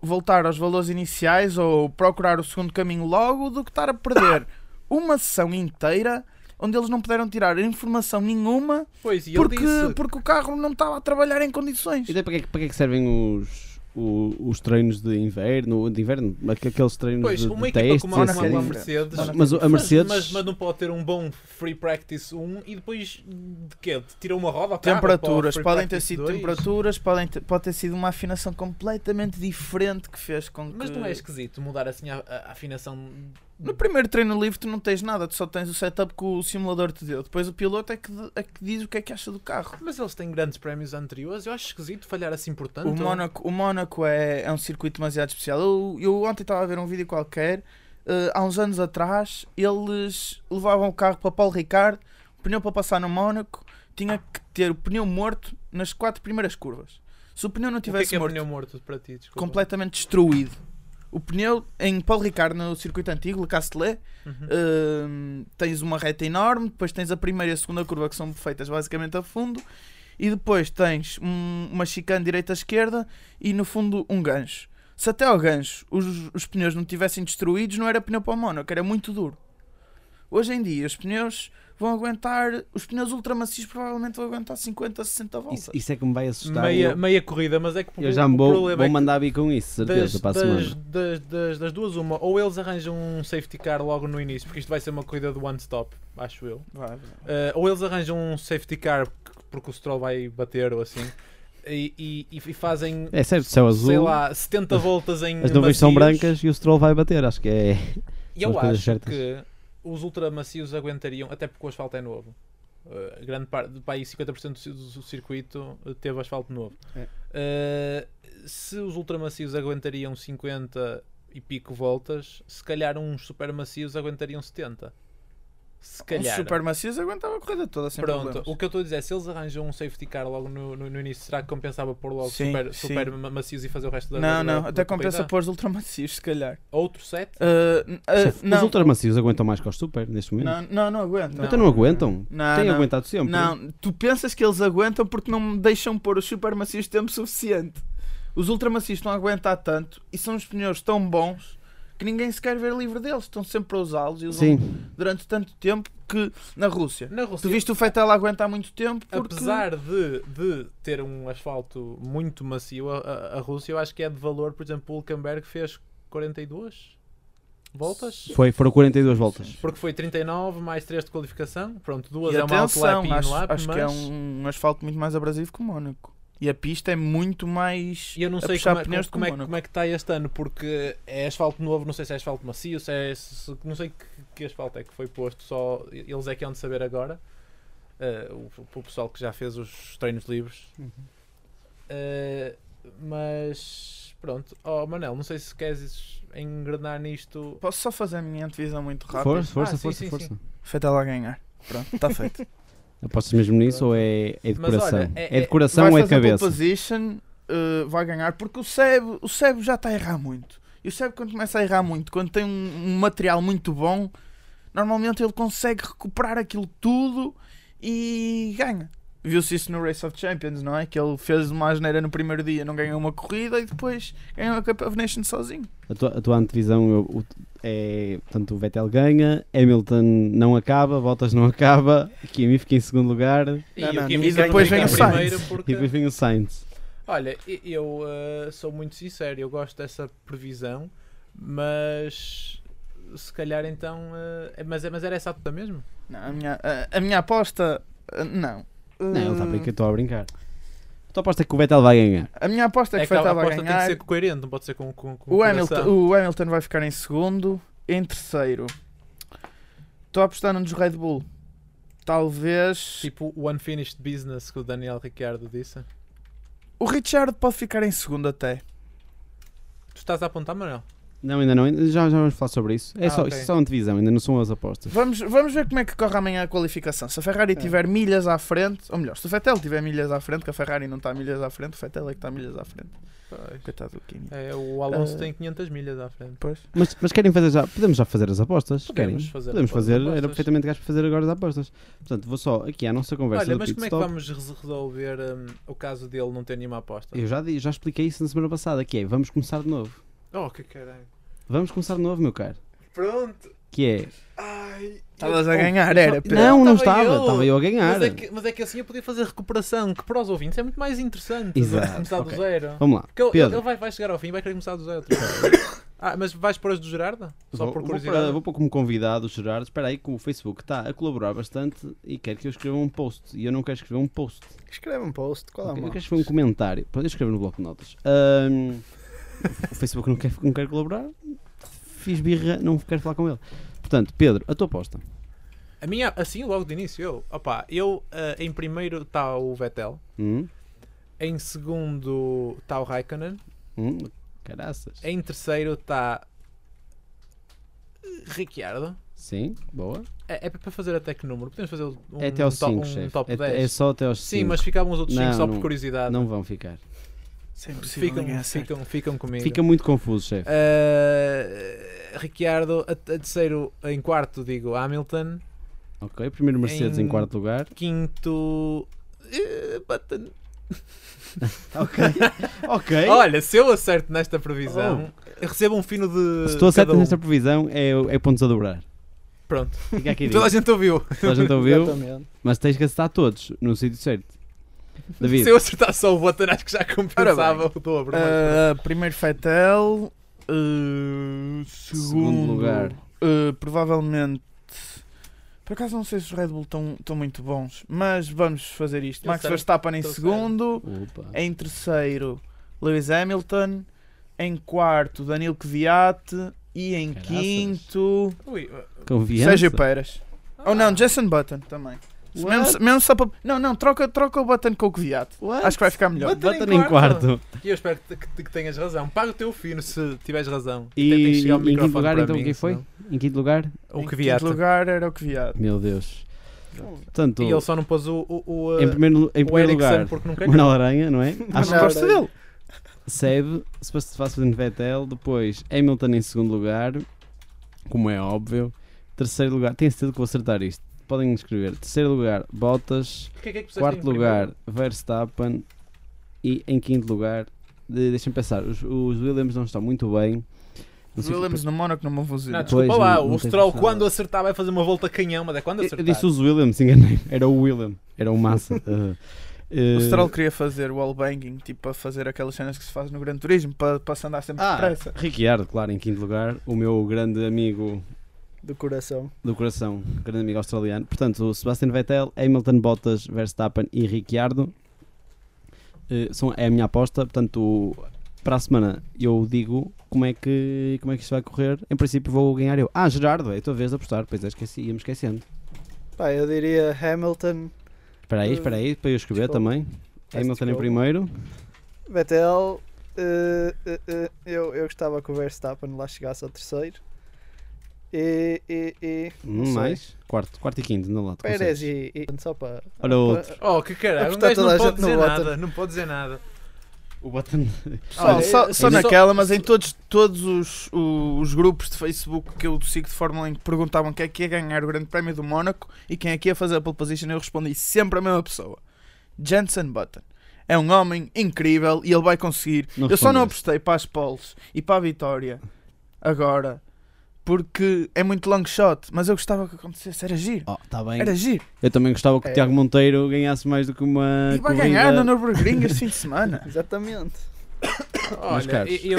[SPEAKER 5] voltar aos valores iniciais ou procurar o segundo caminho logo, do que estar a *coughs* perder uma sessão inteira onde eles não puderam tirar informação nenhuma
[SPEAKER 3] Pois, e ele
[SPEAKER 5] porque,
[SPEAKER 3] disse...
[SPEAKER 5] porque o carro não estava a trabalhar em condições.
[SPEAKER 2] E daí para que, é que- para que é que servem os, o- os, treinos de inverno? De inverno? Aqu- Aqueles treinos
[SPEAKER 3] Pois,
[SPEAKER 2] de,
[SPEAKER 3] uma
[SPEAKER 2] de
[SPEAKER 3] equipa
[SPEAKER 2] testes e
[SPEAKER 3] como a,
[SPEAKER 5] uma
[SPEAKER 2] assim.
[SPEAKER 3] como a
[SPEAKER 5] Sim.
[SPEAKER 3] Mercedes.
[SPEAKER 5] Mas-
[SPEAKER 2] mas a Mercedes-
[SPEAKER 3] Mas, mas não pode ter um bom free practice 1 e depois de quê? De tirar uma roda ao carro para o
[SPEAKER 5] Temperaturas,
[SPEAKER 3] free
[SPEAKER 5] podem ter
[SPEAKER 3] practice
[SPEAKER 5] sido
[SPEAKER 3] 2?
[SPEAKER 5] temperaturas, podem ter, pode ter sido uma afinação completamente diferente que fez com que.
[SPEAKER 3] Mas não é esquisito mudar assim a, a afinação.
[SPEAKER 5] No primeiro treino livre tu não tens nada, tu só tens o setup que o simulador te deu. Depois o piloto é que, é que diz o que é que acha do carro.
[SPEAKER 3] Mas eles têm grandes prémios anteriores. Eu acho esquisito falhar assim por tanto.
[SPEAKER 5] O Mónaco, o Mónaco é, é um circuito demasiado especial. Eu, eu ontem estava a ver um vídeo qualquer, eh, há uns anos atrás, eles levavam o carro para Paulo Ricard, o pneu para passar no Mónaco, tinha que ter o pneu morto nas quatro primeiras curvas. Se o pneu não
[SPEAKER 3] o que é
[SPEAKER 5] tivesse
[SPEAKER 3] que é
[SPEAKER 5] morto,
[SPEAKER 3] pneu morto para ti? Desculpa.
[SPEAKER 5] completamente destruído. O pneu em Paulo Ricard no circuito antigo, Le Castellet,
[SPEAKER 3] Uhum.
[SPEAKER 5] Hum, tens uma reta enorme, depois tens a primeira e a segunda curva que são feitas basicamente a fundo, e depois tens um- uma chicane direita-esquerda e no fundo um gancho. Se até ao gancho os, os pneus não tivessem destruídos, não era pneu para o Mónaco, era muito duro. Hoje em dia os pneus vão aguentar, os pneus ultramacios provavelmente vão aguentar 50, 60 voltas.
[SPEAKER 2] Isso, isso é que me vai assustar.
[SPEAKER 3] Meia,
[SPEAKER 2] eu,
[SPEAKER 3] meia corrida, mas é que
[SPEAKER 2] eu já me
[SPEAKER 3] o
[SPEAKER 2] vou,
[SPEAKER 3] problema
[SPEAKER 2] vou
[SPEAKER 3] é que
[SPEAKER 2] mandar vir com isso, certeza,
[SPEAKER 3] das,
[SPEAKER 2] para a
[SPEAKER 3] das,
[SPEAKER 2] semana.
[SPEAKER 3] das, das- das duas, uma, ou eles arranjam um safety car logo no início, porque isto vai ser uma corrida do one stop, acho eu.
[SPEAKER 5] Vai, vai.
[SPEAKER 3] Uh, ou eles arranjam um safety car porque- porque o Stroll vai bater ou assim e, e- e fazem
[SPEAKER 2] É certo, céu azul,
[SPEAKER 3] sei lá 70 voltas em
[SPEAKER 2] as nuvens são
[SPEAKER 3] macios.
[SPEAKER 2] brancas e o Stroll vai bater, acho que é.
[SPEAKER 3] e
[SPEAKER 2] são as
[SPEAKER 3] eu
[SPEAKER 2] coisas
[SPEAKER 3] acho
[SPEAKER 2] certas.
[SPEAKER 3] que os ultramacios aguentariam até porque o asfalto é novo Uh, grande parte pá, aí 50% do, ci- do circuito uh, teve asfalto novo Uh, se os ultramacios aguentariam 50 e pico voltas se calhar uns supermacios aguentariam 70 se
[SPEAKER 5] Os
[SPEAKER 3] calhar
[SPEAKER 5] supermacios Um aguentava a corrida toda sem
[SPEAKER 3] Pronto,
[SPEAKER 5] problemas.
[SPEAKER 3] o que eu estou a dizer é, se eles arranjam um safety car logo no, no, no início, será que compensava pôr logo
[SPEAKER 5] Sim,
[SPEAKER 3] super,
[SPEAKER 5] sim.
[SPEAKER 3] super ma- macios e fazer o resto da
[SPEAKER 5] Não,
[SPEAKER 3] da-
[SPEAKER 5] não,
[SPEAKER 3] da
[SPEAKER 5] até
[SPEAKER 3] corrida?
[SPEAKER 5] compensa pôr os ultramacios,
[SPEAKER 3] *laughs*
[SPEAKER 5] se calhar.
[SPEAKER 3] Outro set?
[SPEAKER 5] Ah, n- ah,
[SPEAKER 3] Uh,
[SPEAKER 2] Chefe, Os
[SPEAKER 5] não,
[SPEAKER 2] ultramacios aguentam mais que os super neste momento.
[SPEAKER 5] não, não, não aguenta.
[SPEAKER 2] Então não aguentam?
[SPEAKER 5] Não,
[SPEAKER 2] Têm
[SPEAKER 5] não.
[SPEAKER 2] aguentado sempre.
[SPEAKER 5] Não, tu pensas que eles aguentam porque não me deixam pôr os supermacios tempo suficiente. Os ultramacios estão a aguentar tanto e são os pneus tão bons que ninguém se quer ver livre deles. Estão sempre a usá-los e usam
[SPEAKER 2] Sim,
[SPEAKER 5] durante tanto tempo que na Rússia.
[SPEAKER 3] Na Rússia,
[SPEAKER 5] Tu viste o Feitel aguentar muito tempo porque...
[SPEAKER 3] apesar de, de ter um asfalto muito macio, a, a- a Rússia eu acho que é de valor, por exemplo, o Hulkenberg fez 42 voltas?
[SPEAKER 2] foi, foram 42 voltas.
[SPEAKER 3] Porque foi 39 mais 3 de qualificação. Pronto, duas
[SPEAKER 5] E
[SPEAKER 3] é uma
[SPEAKER 5] atenção,
[SPEAKER 3] outlap e
[SPEAKER 5] acho,
[SPEAKER 3] inlap,
[SPEAKER 5] acho
[SPEAKER 3] mas...
[SPEAKER 5] que é um asfalto muito mais abrasivo que o Mónaco. E a pista é muito mais...
[SPEAKER 3] E eu não
[SPEAKER 5] a
[SPEAKER 3] sei
[SPEAKER 5] puxar
[SPEAKER 3] como, é-
[SPEAKER 5] pneus
[SPEAKER 3] como, como
[SPEAKER 5] do
[SPEAKER 3] é,
[SPEAKER 5] que
[SPEAKER 3] como é que está este ano, porque é asfalto novo, não sei se é asfalto macio, se é. se- não sei que, que asfalto é que foi posto, só eles é que hão de saber agora. eh, o, o pessoal que já fez os treinos livres.
[SPEAKER 5] Uhum.
[SPEAKER 3] Eh, mas pronto, oh Manel, não sei se queres engrenar nisto.
[SPEAKER 5] Posso só fazer a minha antevisão muito rápida?
[SPEAKER 2] Força, força,
[SPEAKER 3] Ah, sim,
[SPEAKER 2] força,
[SPEAKER 3] sim,
[SPEAKER 2] força.
[SPEAKER 3] sim.
[SPEAKER 5] Feitel a ganhar. Pronto, está feito.
[SPEAKER 2] Apostas mesmo nisso ou é, é de
[SPEAKER 3] Mas
[SPEAKER 2] coração?
[SPEAKER 3] olha, é-
[SPEAKER 2] é, de
[SPEAKER 3] é-
[SPEAKER 2] coração ou
[SPEAKER 5] vai
[SPEAKER 2] é de
[SPEAKER 5] fazer pole
[SPEAKER 2] cabeça?
[SPEAKER 5] position, eh, vai ganhar, porque o Seb, o Seb já está a errar muito. E o Seb, quando começa a errar muito, quando tem um, um material muito bom, normalmente ele consegue recuperar aquilo tudo e ganha. Viu-se isso no Race of Champions, não é? Que ele fez uma asneira no primeiro dia, não ganhou uma corrida e depois ganhou a Cup of Nations sozinho.
[SPEAKER 2] A tua, a tua antevisão eu- o- é. Portanto, o Vettel ganha, Hamilton não acaba, Bottas não *laughs* acaba, Kimi fica em segundo lugar e
[SPEAKER 5] Não,
[SPEAKER 3] o
[SPEAKER 5] não,
[SPEAKER 3] Kimi
[SPEAKER 5] e
[SPEAKER 3] Kim
[SPEAKER 5] depois
[SPEAKER 3] fica
[SPEAKER 5] vem
[SPEAKER 3] em
[SPEAKER 5] o Sainz.
[SPEAKER 3] primeiro porque-
[SPEAKER 2] depois vem o Sainz.
[SPEAKER 3] Olha, e- eu eh, sou muito sincero, eu gosto dessa previsão, mas se calhar então. eh, mas, mas era essa a tua mesmo?
[SPEAKER 5] Não, a, minha, a, a minha aposta. uh, Não.
[SPEAKER 2] Não, ele tá está a
[SPEAKER 5] Hum,
[SPEAKER 2] brincar, estou a brincar. Tu aposta é que o Vettel vai ganhar.
[SPEAKER 5] A minha aposta é que,
[SPEAKER 3] aquela
[SPEAKER 5] vai
[SPEAKER 3] aposta
[SPEAKER 5] ganhar.
[SPEAKER 3] tem que ser coerente, não pode ser com. com, com
[SPEAKER 5] O Hamilton,
[SPEAKER 3] coração.
[SPEAKER 5] o Hamilton vai ficar em segundo, em terceiro. Estou a apostar num dos Red Bull. Talvez.
[SPEAKER 3] Tipo o unfinished business que o Daniel Ricciardo disse.
[SPEAKER 5] O Richard pode ficar em segundo até.
[SPEAKER 3] Tu estás a apontar, Manuel?
[SPEAKER 2] Não, ainda não, ainda- já, já vamos falar sobre isso. É
[SPEAKER 3] Ah,
[SPEAKER 2] só,
[SPEAKER 3] ok.
[SPEAKER 2] Isto é só uma divisão, ainda não são as apostas.
[SPEAKER 5] Vamos, vamos ver como é que corre amanhã a qualificação. Se a Ferrari
[SPEAKER 4] É.
[SPEAKER 5] tiver milhas à frente, ou melhor, se o Vettel tiver milhas à frente, que a Ferrari não está milhas à frente, o Vettel é que está milhas à frente. Coitado do Kimi.
[SPEAKER 3] É, o Alonso
[SPEAKER 5] Eh,
[SPEAKER 3] tem 500 milhas à frente.
[SPEAKER 5] Pois.
[SPEAKER 2] Mas, mas querem fazer já? Podemos já fazer as apostas?
[SPEAKER 3] Podemos
[SPEAKER 2] querem?
[SPEAKER 3] fazer
[SPEAKER 2] Podemos
[SPEAKER 3] as
[SPEAKER 2] fazer, era
[SPEAKER 3] apostas.
[SPEAKER 2] perfeitamente gajo para fazer agora as apostas. Portanto, vou só aqui à nossa conversa
[SPEAKER 3] Olha,
[SPEAKER 2] do
[SPEAKER 3] mas
[SPEAKER 2] pit
[SPEAKER 3] como é que
[SPEAKER 2] stop.
[SPEAKER 3] vamos res- resolver hum, o caso dele não ter nenhuma aposta?
[SPEAKER 2] Eu já, di- já expliquei isso na semana passada, que é, vamos começar de novo.
[SPEAKER 3] Oh, que caralho.
[SPEAKER 2] Vamos começar de novo, meu caro.
[SPEAKER 3] Pronto.
[SPEAKER 2] Que é...
[SPEAKER 3] Ai.
[SPEAKER 5] Estavas a ganhar, era. Pedro.
[SPEAKER 2] Não, não
[SPEAKER 3] estava
[SPEAKER 2] estava,
[SPEAKER 3] eu.
[SPEAKER 2] estava eu a ganhar.
[SPEAKER 3] Mas é, que, mas é que assim eu podia fazer recuperação, que para os ouvintes é muito mais interessante.
[SPEAKER 2] Exato,
[SPEAKER 3] do que Começar
[SPEAKER 5] ok.
[SPEAKER 3] do zero.
[SPEAKER 2] Vamos lá,
[SPEAKER 3] Porque ele,
[SPEAKER 2] Pedro.
[SPEAKER 3] ele vai, vai chegar ao fim e vai querer começar do
[SPEAKER 2] *coughs*
[SPEAKER 3] zero. outra vez. ah, mas vais pôr as do Gerardo? Só
[SPEAKER 2] vou,
[SPEAKER 3] por
[SPEAKER 2] vou
[SPEAKER 3] curiosidade.
[SPEAKER 2] pôr- vou pôr como convidado o Gerardo. Espera aí que o Facebook está a colaborar bastante e quer que eu escreva um post. E eu não quero escrever um post.
[SPEAKER 4] Escreve um post, qual é
[SPEAKER 2] Ok,
[SPEAKER 4] o
[SPEAKER 2] eu
[SPEAKER 4] mal?
[SPEAKER 2] quero escrever um comentário. Pode escrever no bloco de notas. Ahm, o Facebook não quer, não quer colaborar. Fiz birra, não quero falar com ele. Portanto, Pedro, a tua aposta.
[SPEAKER 3] A minha, assim, logo de início, eu. Opa, eu ah, em primeiro está o Vettel,
[SPEAKER 2] Hum?
[SPEAKER 3] em segundo está o Raikkonen,
[SPEAKER 2] Hum? Caraças.
[SPEAKER 3] em terceiro está. Ricciardo.
[SPEAKER 2] Sim, boa.
[SPEAKER 3] É, é para fazer até que número? Podemos fazer um,
[SPEAKER 2] é até aos
[SPEAKER 3] to-
[SPEAKER 2] 5,
[SPEAKER 3] um
[SPEAKER 2] chefe.
[SPEAKER 3] top
[SPEAKER 2] é,
[SPEAKER 3] 10.
[SPEAKER 2] é só até aos 5.
[SPEAKER 3] Sim, mas ficavam os outros 5
[SPEAKER 2] Não,
[SPEAKER 3] só
[SPEAKER 2] não-
[SPEAKER 3] por curiosidade.
[SPEAKER 2] Não vão ficar.
[SPEAKER 5] Isso é impossível ninguém
[SPEAKER 3] ficam,
[SPEAKER 5] acerta.
[SPEAKER 3] ficam, ficam comigo.
[SPEAKER 2] Fica muito confuso, chefe.
[SPEAKER 3] Uh, Ricciardo, a, a terceiro, em quarto digo Hamilton,
[SPEAKER 2] Ok, primeiro Mercedes em
[SPEAKER 3] em-
[SPEAKER 2] quarto lugar.
[SPEAKER 3] quinto. eh, Button.
[SPEAKER 2] Ok, ok.
[SPEAKER 3] Olha, se eu acerto nesta previsão,
[SPEAKER 5] Oh.
[SPEAKER 3] eu recebo um fino de.
[SPEAKER 2] Se tu acertas
[SPEAKER 3] cada um.
[SPEAKER 2] nesta previsão, é, é pontos a dobrar.
[SPEAKER 3] Pronto,
[SPEAKER 2] Fica
[SPEAKER 4] *laughs*
[SPEAKER 2] aqui dito.
[SPEAKER 3] toda a gente ouviu.
[SPEAKER 2] Toda a gente ouviu,
[SPEAKER 4] Exatamente.
[SPEAKER 2] mas tens que acertar todos no sítio certo. David,
[SPEAKER 3] *laughs* Se eu acertar só o Button, acho que já compensava o dobro. mas pronto.
[SPEAKER 5] Ah, primeiro Vettel. ah, segundo,
[SPEAKER 2] lugar.
[SPEAKER 5] ah, provavelmente. Por acaso não sei se os Red Bull estão estão muito bons, mas vamos fazer isto.
[SPEAKER 3] Eu
[SPEAKER 5] Max
[SPEAKER 3] sei,
[SPEAKER 5] Verstappen em
[SPEAKER 3] estou
[SPEAKER 5] segundo.
[SPEAKER 2] Opa.
[SPEAKER 5] Em terceiro, Lewis Hamilton. Em quarto, Danilo Kvyat. E em
[SPEAKER 2] Caraças.
[SPEAKER 5] quinto,
[SPEAKER 3] Ui,
[SPEAKER 2] Confiança.
[SPEAKER 5] Sérgio Peiras.
[SPEAKER 3] ah,
[SPEAKER 5] Ou não, Jason Button também. Se
[SPEAKER 2] What?
[SPEAKER 5] Mesmo, mesmo só para. Não, não, troca, troca o Button com o Kvyat.
[SPEAKER 2] What?
[SPEAKER 5] Acho que vai ficar melhor.
[SPEAKER 3] Button em
[SPEAKER 2] Button em quarto.
[SPEAKER 3] E eu espero que, que- que tenhas razão. Paga o teu fino se tiveres razão.
[SPEAKER 2] E
[SPEAKER 3] Tentem chegar ao
[SPEAKER 2] em
[SPEAKER 3] microfone
[SPEAKER 2] quinto lugar,
[SPEAKER 3] para
[SPEAKER 2] então,
[SPEAKER 3] mim,
[SPEAKER 2] quem foi?
[SPEAKER 3] senão-
[SPEAKER 2] Em quinto lugar?
[SPEAKER 3] O que
[SPEAKER 5] Em quinto lugar era o Kvyat.
[SPEAKER 2] Meu Deus. Portanto,
[SPEAKER 3] E ele só não pôs o, o, o,
[SPEAKER 2] em
[SPEAKER 3] eh,
[SPEAKER 2] primeiro, em
[SPEAKER 3] o
[SPEAKER 2] primeiro
[SPEAKER 3] Ericsson
[SPEAKER 2] lugar,
[SPEAKER 3] porque nunca
[SPEAKER 2] Manuel Aranha, não é? Acho
[SPEAKER 5] Mas
[SPEAKER 2] que
[SPEAKER 5] gosto dele.
[SPEAKER 2] Seb, Sebastian Vettel, depois Hamilton em segundo lugar, como é óbvio. Terceiro lugar, tenho certeza que vou acertar isto. Podem escrever. Terceiro lugar, Bottas.
[SPEAKER 3] Porquê que é que puseste em
[SPEAKER 2] Quarto
[SPEAKER 3] primeiro?
[SPEAKER 2] lugar, Verstappen. E em quinto lugar, de, deixem pensar, os, os Williams não estão muito bem. Não
[SPEAKER 5] Os
[SPEAKER 2] sei-
[SPEAKER 5] Williams no Mónaco não vão fazer.
[SPEAKER 3] Não,
[SPEAKER 5] nada.
[SPEAKER 3] desculpa
[SPEAKER 2] Pois,
[SPEAKER 3] lá,
[SPEAKER 2] não- não
[SPEAKER 3] o
[SPEAKER 2] tem
[SPEAKER 3] Stroll
[SPEAKER 2] pensado.
[SPEAKER 3] quando acertar vai fazer uma volta canhão, mas é quando
[SPEAKER 2] Eu,
[SPEAKER 3] acertar.
[SPEAKER 2] eu disse os Williams, enganei. Era o William, era o Massa. Uh,
[SPEAKER 5] O
[SPEAKER 2] uh,
[SPEAKER 5] Stroll queria fazer wallbanging, tipo para fazer aquelas cenas que se faz no Gran Turismo, para, para se andar sempre
[SPEAKER 2] Ah,
[SPEAKER 5] depressa.
[SPEAKER 2] Ricciardo, claro, em quinto lugar. O meu grande amigo
[SPEAKER 4] Do coração.
[SPEAKER 2] do coração, grande amigo australiano. Portanto, o Sebastian Vettel, Hamilton Bottas, Verstappen e Ricciardo eh, são, é a minha aposta. Portanto, para a semana eu digo como é que, como é que isto vai correr. Em princípio, vou ganhar eu. Ah, Gerardo, é a tua vez de apostar. Pois é, esqueci, ia-me esquecendo.
[SPEAKER 4] Pá, eu diria Hamilton,
[SPEAKER 2] Espera aí, espera aí, para eu escrever
[SPEAKER 4] Desculpa.
[SPEAKER 2] também. Hamilton em
[SPEAKER 4] desculpa.
[SPEAKER 2] primeiro.
[SPEAKER 4] Vettel. eh, eh, eh, eu, eu gostava que o Verstappen lá chegasse ao terceiro. E. e, e não
[SPEAKER 2] Hum,
[SPEAKER 4] sei.
[SPEAKER 2] mais. Quarto, quarto e quinto, não lá. tu
[SPEAKER 4] Pérez
[SPEAKER 2] consegues.
[SPEAKER 4] e, e. Só para.
[SPEAKER 2] Olha o outro.
[SPEAKER 3] Oh, que caralho, um
[SPEAKER 4] Apostar
[SPEAKER 3] gajo não
[SPEAKER 4] toda a
[SPEAKER 3] pode
[SPEAKER 4] gente no
[SPEAKER 3] dizer
[SPEAKER 4] Button.
[SPEAKER 3] nada, não pode dizer nada.
[SPEAKER 2] O button.
[SPEAKER 5] Pessoal,
[SPEAKER 3] Olha,
[SPEAKER 5] só,
[SPEAKER 3] eu-
[SPEAKER 5] só
[SPEAKER 3] eu-
[SPEAKER 5] naquela, mas
[SPEAKER 3] só-
[SPEAKER 5] em todos, todos os, o- os grupos de Facebook que eu sigo de Fórmula 1 que perguntavam quem é que ia ganhar o Grande Prémio do Mónaco e quem é que ia fazer a pole position, eu respondi sempre a mesma pessoa: Jensen Button. É um homem incrível e ele vai conseguir.
[SPEAKER 2] Não
[SPEAKER 5] eu só não
[SPEAKER 2] respondeste.
[SPEAKER 5] apostei para as poles e para a vitória agora porque é muito long shot, mas eu gostava que acontecesse, era giro.
[SPEAKER 2] Oh, tá bem.
[SPEAKER 5] Era giro.
[SPEAKER 2] Eu também gostava que o
[SPEAKER 4] É.
[SPEAKER 2] Tiago Monteiro ganhasse mais do que uma
[SPEAKER 5] E vai
[SPEAKER 2] corrida.
[SPEAKER 5] ganhar na Nürburgring este fim de
[SPEAKER 3] *laughs*
[SPEAKER 5] semana.
[SPEAKER 4] Exatamente.
[SPEAKER 2] Mas,
[SPEAKER 3] Olha,
[SPEAKER 2] Carlos.
[SPEAKER 3] e- eu,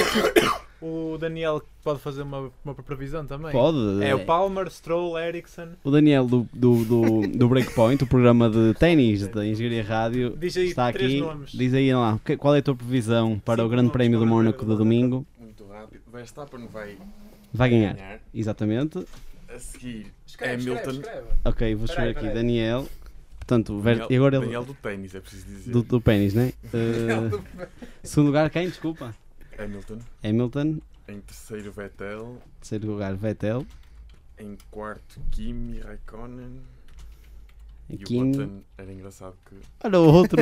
[SPEAKER 3] o Daniel pode fazer uma, uma previsão também.
[SPEAKER 2] Pode.
[SPEAKER 3] É o Palmer, Stroll, Ericsson.
[SPEAKER 2] O Daniel do, do, do, do Breakpoint, o programa de ténis da Engenharia Rádio,
[SPEAKER 3] Diz aí
[SPEAKER 2] está
[SPEAKER 3] três
[SPEAKER 2] aqui.
[SPEAKER 3] nomes.
[SPEAKER 2] Diz aí lá, que- qual é a tua previsão para
[SPEAKER 3] Cinco
[SPEAKER 2] o Grande
[SPEAKER 3] nomes
[SPEAKER 2] Prémio do
[SPEAKER 3] para o
[SPEAKER 2] Mónaco de
[SPEAKER 3] Grande
[SPEAKER 2] domingo?
[SPEAKER 6] Muito rápido. Verstappen vai
[SPEAKER 2] Vai ganhar.
[SPEAKER 6] ganhar.
[SPEAKER 2] Exatamente.
[SPEAKER 6] A seguir,
[SPEAKER 3] Escreve,
[SPEAKER 6] É
[SPEAKER 3] escreve,
[SPEAKER 6] Milton.
[SPEAKER 3] escreve.
[SPEAKER 2] Ok, vou
[SPEAKER 3] Peraí,
[SPEAKER 2] escrever aqui
[SPEAKER 3] peraí.
[SPEAKER 2] Daniel. Portanto, ver-
[SPEAKER 6] Daniel,
[SPEAKER 2] e agora ele.
[SPEAKER 6] Daniel do ténis, é preciso dizer.
[SPEAKER 2] Do, do pênis,
[SPEAKER 3] *laughs*
[SPEAKER 2] né? Uh, segundo lugar, quem? Desculpa.
[SPEAKER 6] Hamilton.
[SPEAKER 2] Hamilton.
[SPEAKER 6] Em terceiro, Vettel.
[SPEAKER 2] Terceiro lugar, Vettel.
[SPEAKER 6] Em quarto, Kimi Raikkonen. E o
[SPEAKER 2] Kim.
[SPEAKER 6] Button era engraçado que.
[SPEAKER 2] Olha o
[SPEAKER 3] *laughs*
[SPEAKER 2] outro.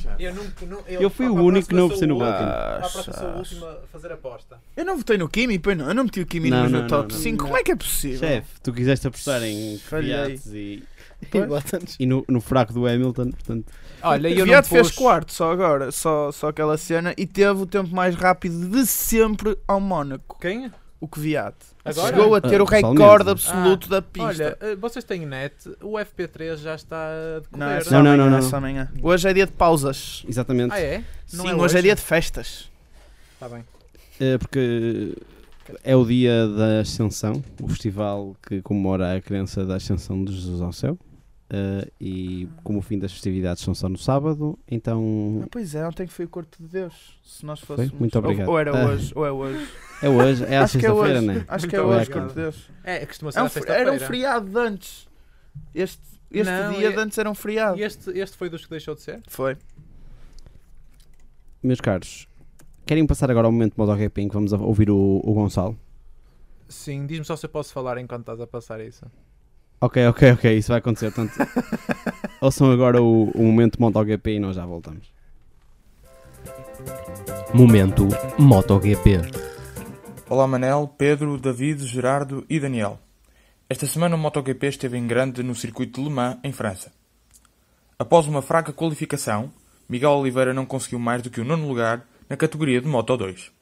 [SPEAKER 6] Já.
[SPEAKER 3] Eu, nunca, não,
[SPEAKER 2] Eu fui
[SPEAKER 3] pá,
[SPEAKER 2] o
[SPEAKER 3] pá,
[SPEAKER 2] único que não
[SPEAKER 3] próxima
[SPEAKER 2] apostei no
[SPEAKER 3] sou o
[SPEAKER 2] Button.
[SPEAKER 3] último. Pá,
[SPEAKER 5] Ah,
[SPEAKER 3] próxima sou o
[SPEAKER 5] chás.
[SPEAKER 3] último a fazer aposta.
[SPEAKER 5] Eu não votei no Kimi, pois não, eu não meti o Kimi
[SPEAKER 2] Não,
[SPEAKER 5] no meu
[SPEAKER 2] não,
[SPEAKER 5] top
[SPEAKER 2] não, não.
[SPEAKER 5] 5, como é que é possível?
[SPEAKER 2] Chefe, tu quiseste apostar em
[SPEAKER 5] Falhei.
[SPEAKER 2] Fiat e,
[SPEAKER 4] E bota-nos.
[SPEAKER 2] e no, no fraco do Hamilton. Portanto,
[SPEAKER 3] Olha,
[SPEAKER 5] o
[SPEAKER 2] um
[SPEAKER 5] Fiat fez quarto só agora, só, só aquela cena, e teve o tempo mais rápido de sempre ao Mónaco.
[SPEAKER 3] Quem?
[SPEAKER 5] O que Viat.
[SPEAKER 3] Agora?
[SPEAKER 5] Chegou a ter
[SPEAKER 2] Ah,
[SPEAKER 5] o recorde
[SPEAKER 2] pessoalmente.
[SPEAKER 5] absoluto da pista.
[SPEAKER 3] Olha, eh, vocês têm net, o FP3 já está a decorrer.
[SPEAKER 5] não, é só
[SPEAKER 2] Não, não,
[SPEAKER 5] amanhã,
[SPEAKER 2] não,
[SPEAKER 5] é
[SPEAKER 2] não.
[SPEAKER 5] só amanhã. Hoje é dia de pausas.
[SPEAKER 2] exatamente.
[SPEAKER 3] Ah, é? Não
[SPEAKER 5] Sim,
[SPEAKER 3] é
[SPEAKER 5] hoje,
[SPEAKER 3] hoje?
[SPEAKER 5] é dia de festas.
[SPEAKER 3] Está bem.
[SPEAKER 2] É porque é o dia da Ascensão, o festival que comemora a crença da Ascensão de Jesus ao céu. Uh, e como o fim das festividades são só no sábado, então
[SPEAKER 5] Ah, pois é, ontem que foi o corpo de Deus. Se nós
[SPEAKER 2] Foi?
[SPEAKER 5] fôssemos.
[SPEAKER 2] Muito obrigado.
[SPEAKER 5] Ou, ou era
[SPEAKER 2] Ah.
[SPEAKER 5] hoje, ou é hoje.
[SPEAKER 2] é hoje,
[SPEAKER 5] *laughs*
[SPEAKER 2] é à
[SPEAKER 5] Acho que é
[SPEAKER 2] sexta-feira,
[SPEAKER 5] hoje.
[SPEAKER 2] não é?
[SPEAKER 5] Acho
[SPEAKER 3] Muito
[SPEAKER 5] que é hoje,
[SPEAKER 2] obrigado.
[SPEAKER 5] corpo de Deus.
[SPEAKER 3] É, costuma ser
[SPEAKER 5] É um
[SPEAKER 3] na
[SPEAKER 5] fri- era um
[SPEAKER 3] sexta-feira.
[SPEAKER 5] feriado de antes. Este, este
[SPEAKER 3] Não,
[SPEAKER 5] dia
[SPEAKER 3] é-
[SPEAKER 5] de antes era um feriado.
[SPEAKER 3] E este, este foi dos que deixou de ser?
[SPEAKER 5] Foi.
[SPEAKER 2] Meus caros, querem passar agora ao momento de MotoGP em que vamos ouvir o, o Gonçalo?
[SPEAKER 3] Sim, diz-me só se eu posso falar enquanto estás a passar isso.
[SPEAKER 2] Ok, ok, ok, isso vai acontecer.
[SPEAKER 5] *laughs*
[SPEAKER 2] Portanto, ouçam agora o, o momento de MotoGP e nós já voltamos.
[SPEAKER 1] Momento MotoGP.
[SPEAKER 7] Olá Manel, Pedro, David, Gerardo e Daniel. Esta semana o MotoGP esteve em grande no circuito de Le Mans, em França. Após uma fraca qualificação, Miguel Oliveira não conseguiu mais do que o nono lugar na categoria de Moto 2.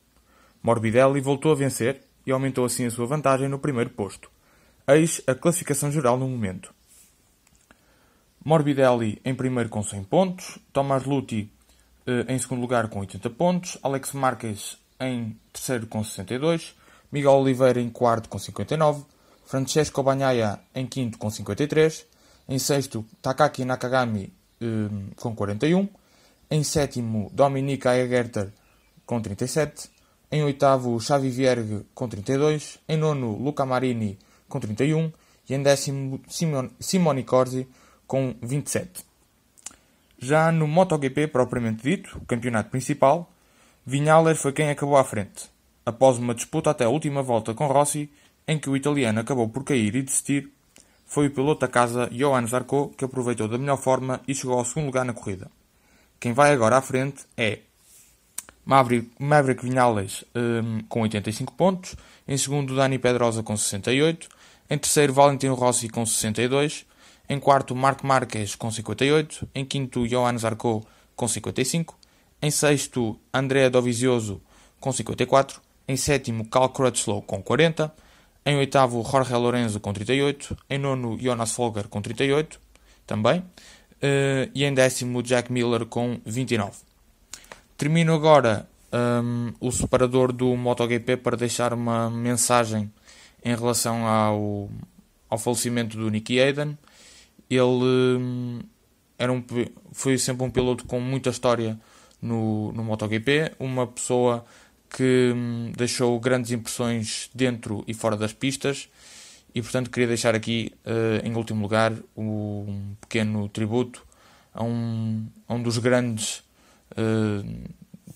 [SPEAKER 7] Morbidelli voltou a vencer e aumentou assim a sua vantagem no primeiro posto. Eis a classificação geral no momento. Morbidelli em primeiro com 100 pontos, Tomás Lutti eh, em segundo lugar com 80 pontos, Alex Marques em terceiro com 62, Miguel Oliveira em quarto com 59, Francesco Bagnaia em quinto com 53, em sexto Takaki Nakagami eh, com 41, em sétimo Dominica Egerter com 37, em oitavo Xavi Vierge com 32, em nono Luca Marini com 31 e em décimo Simon- Simone Corsi com 27. Já no MotoGP propriamente dito, o campeonato principal, Vinhaler foi quem acabou à frente, após uma disputa até a última volta com Rossi, em que o italiano acabou por cair e desistir, foi o piloto da casa Johann Zarco que aproveitou da melhor forma e chegou ao segundo lugar na corrida. Quem vai agora à frente é Maverick, Maverick Vinales hum, com 85 pontos, em segundo Dani Pedrosa com 68, em terceiro Valentino Rossi com 62, em quarto Marco Marques com 58, em quinto Johan Zarco com 55, em sexto Andrea Dovizioso com 54, em sétimo Cal Crutchlow com 40, em oitavo Jorge Lorenzo com 38, em nono Jonas Folger com 38 também, eh, e em décimo Jack Miller com 29. Termino agora hum, o separador do MotoGP para deixar uma mensagem em relação ao, ao falecimento do Nicky Hayden. Ele hum, era um, pi- foi sempre um piloto com muita história no, no MotoGP, uma pessoa que hum, deixou grandes impressões dentro e fora das pistas. E portanto queria deixar aqui, eh, em último lugar, o- um pequeno tributo a um, a um dos grandes eh,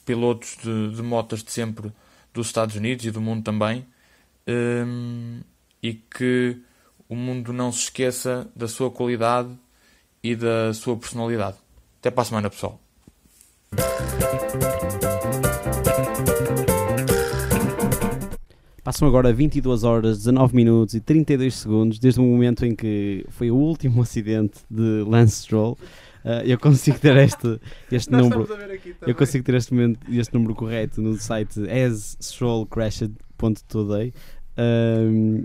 [SPEAKER 7] pilotos de, de motas de sempre dos Estados Unidos e do mundo também, Hum, e que o mundo não se esqueça da sua qualidade e da sua personalidade. Até para a semana, pessoal.
[SPEAKER 2] Passam agora 22 horas, 19 minutos e 32 segundos desde o momento em que foi o último *laughs* acidente de Lance Stroll. Ah, eu consigo ter este, este
[SPEAKER 3] Nós
[SPEAKER 2] número.
[SPEAKER 3] estamos a ver aqui também.
[SPEAKER 2] Eu consigo ter este, momento, este número correto no site asstrollcrashed.today. Ahm,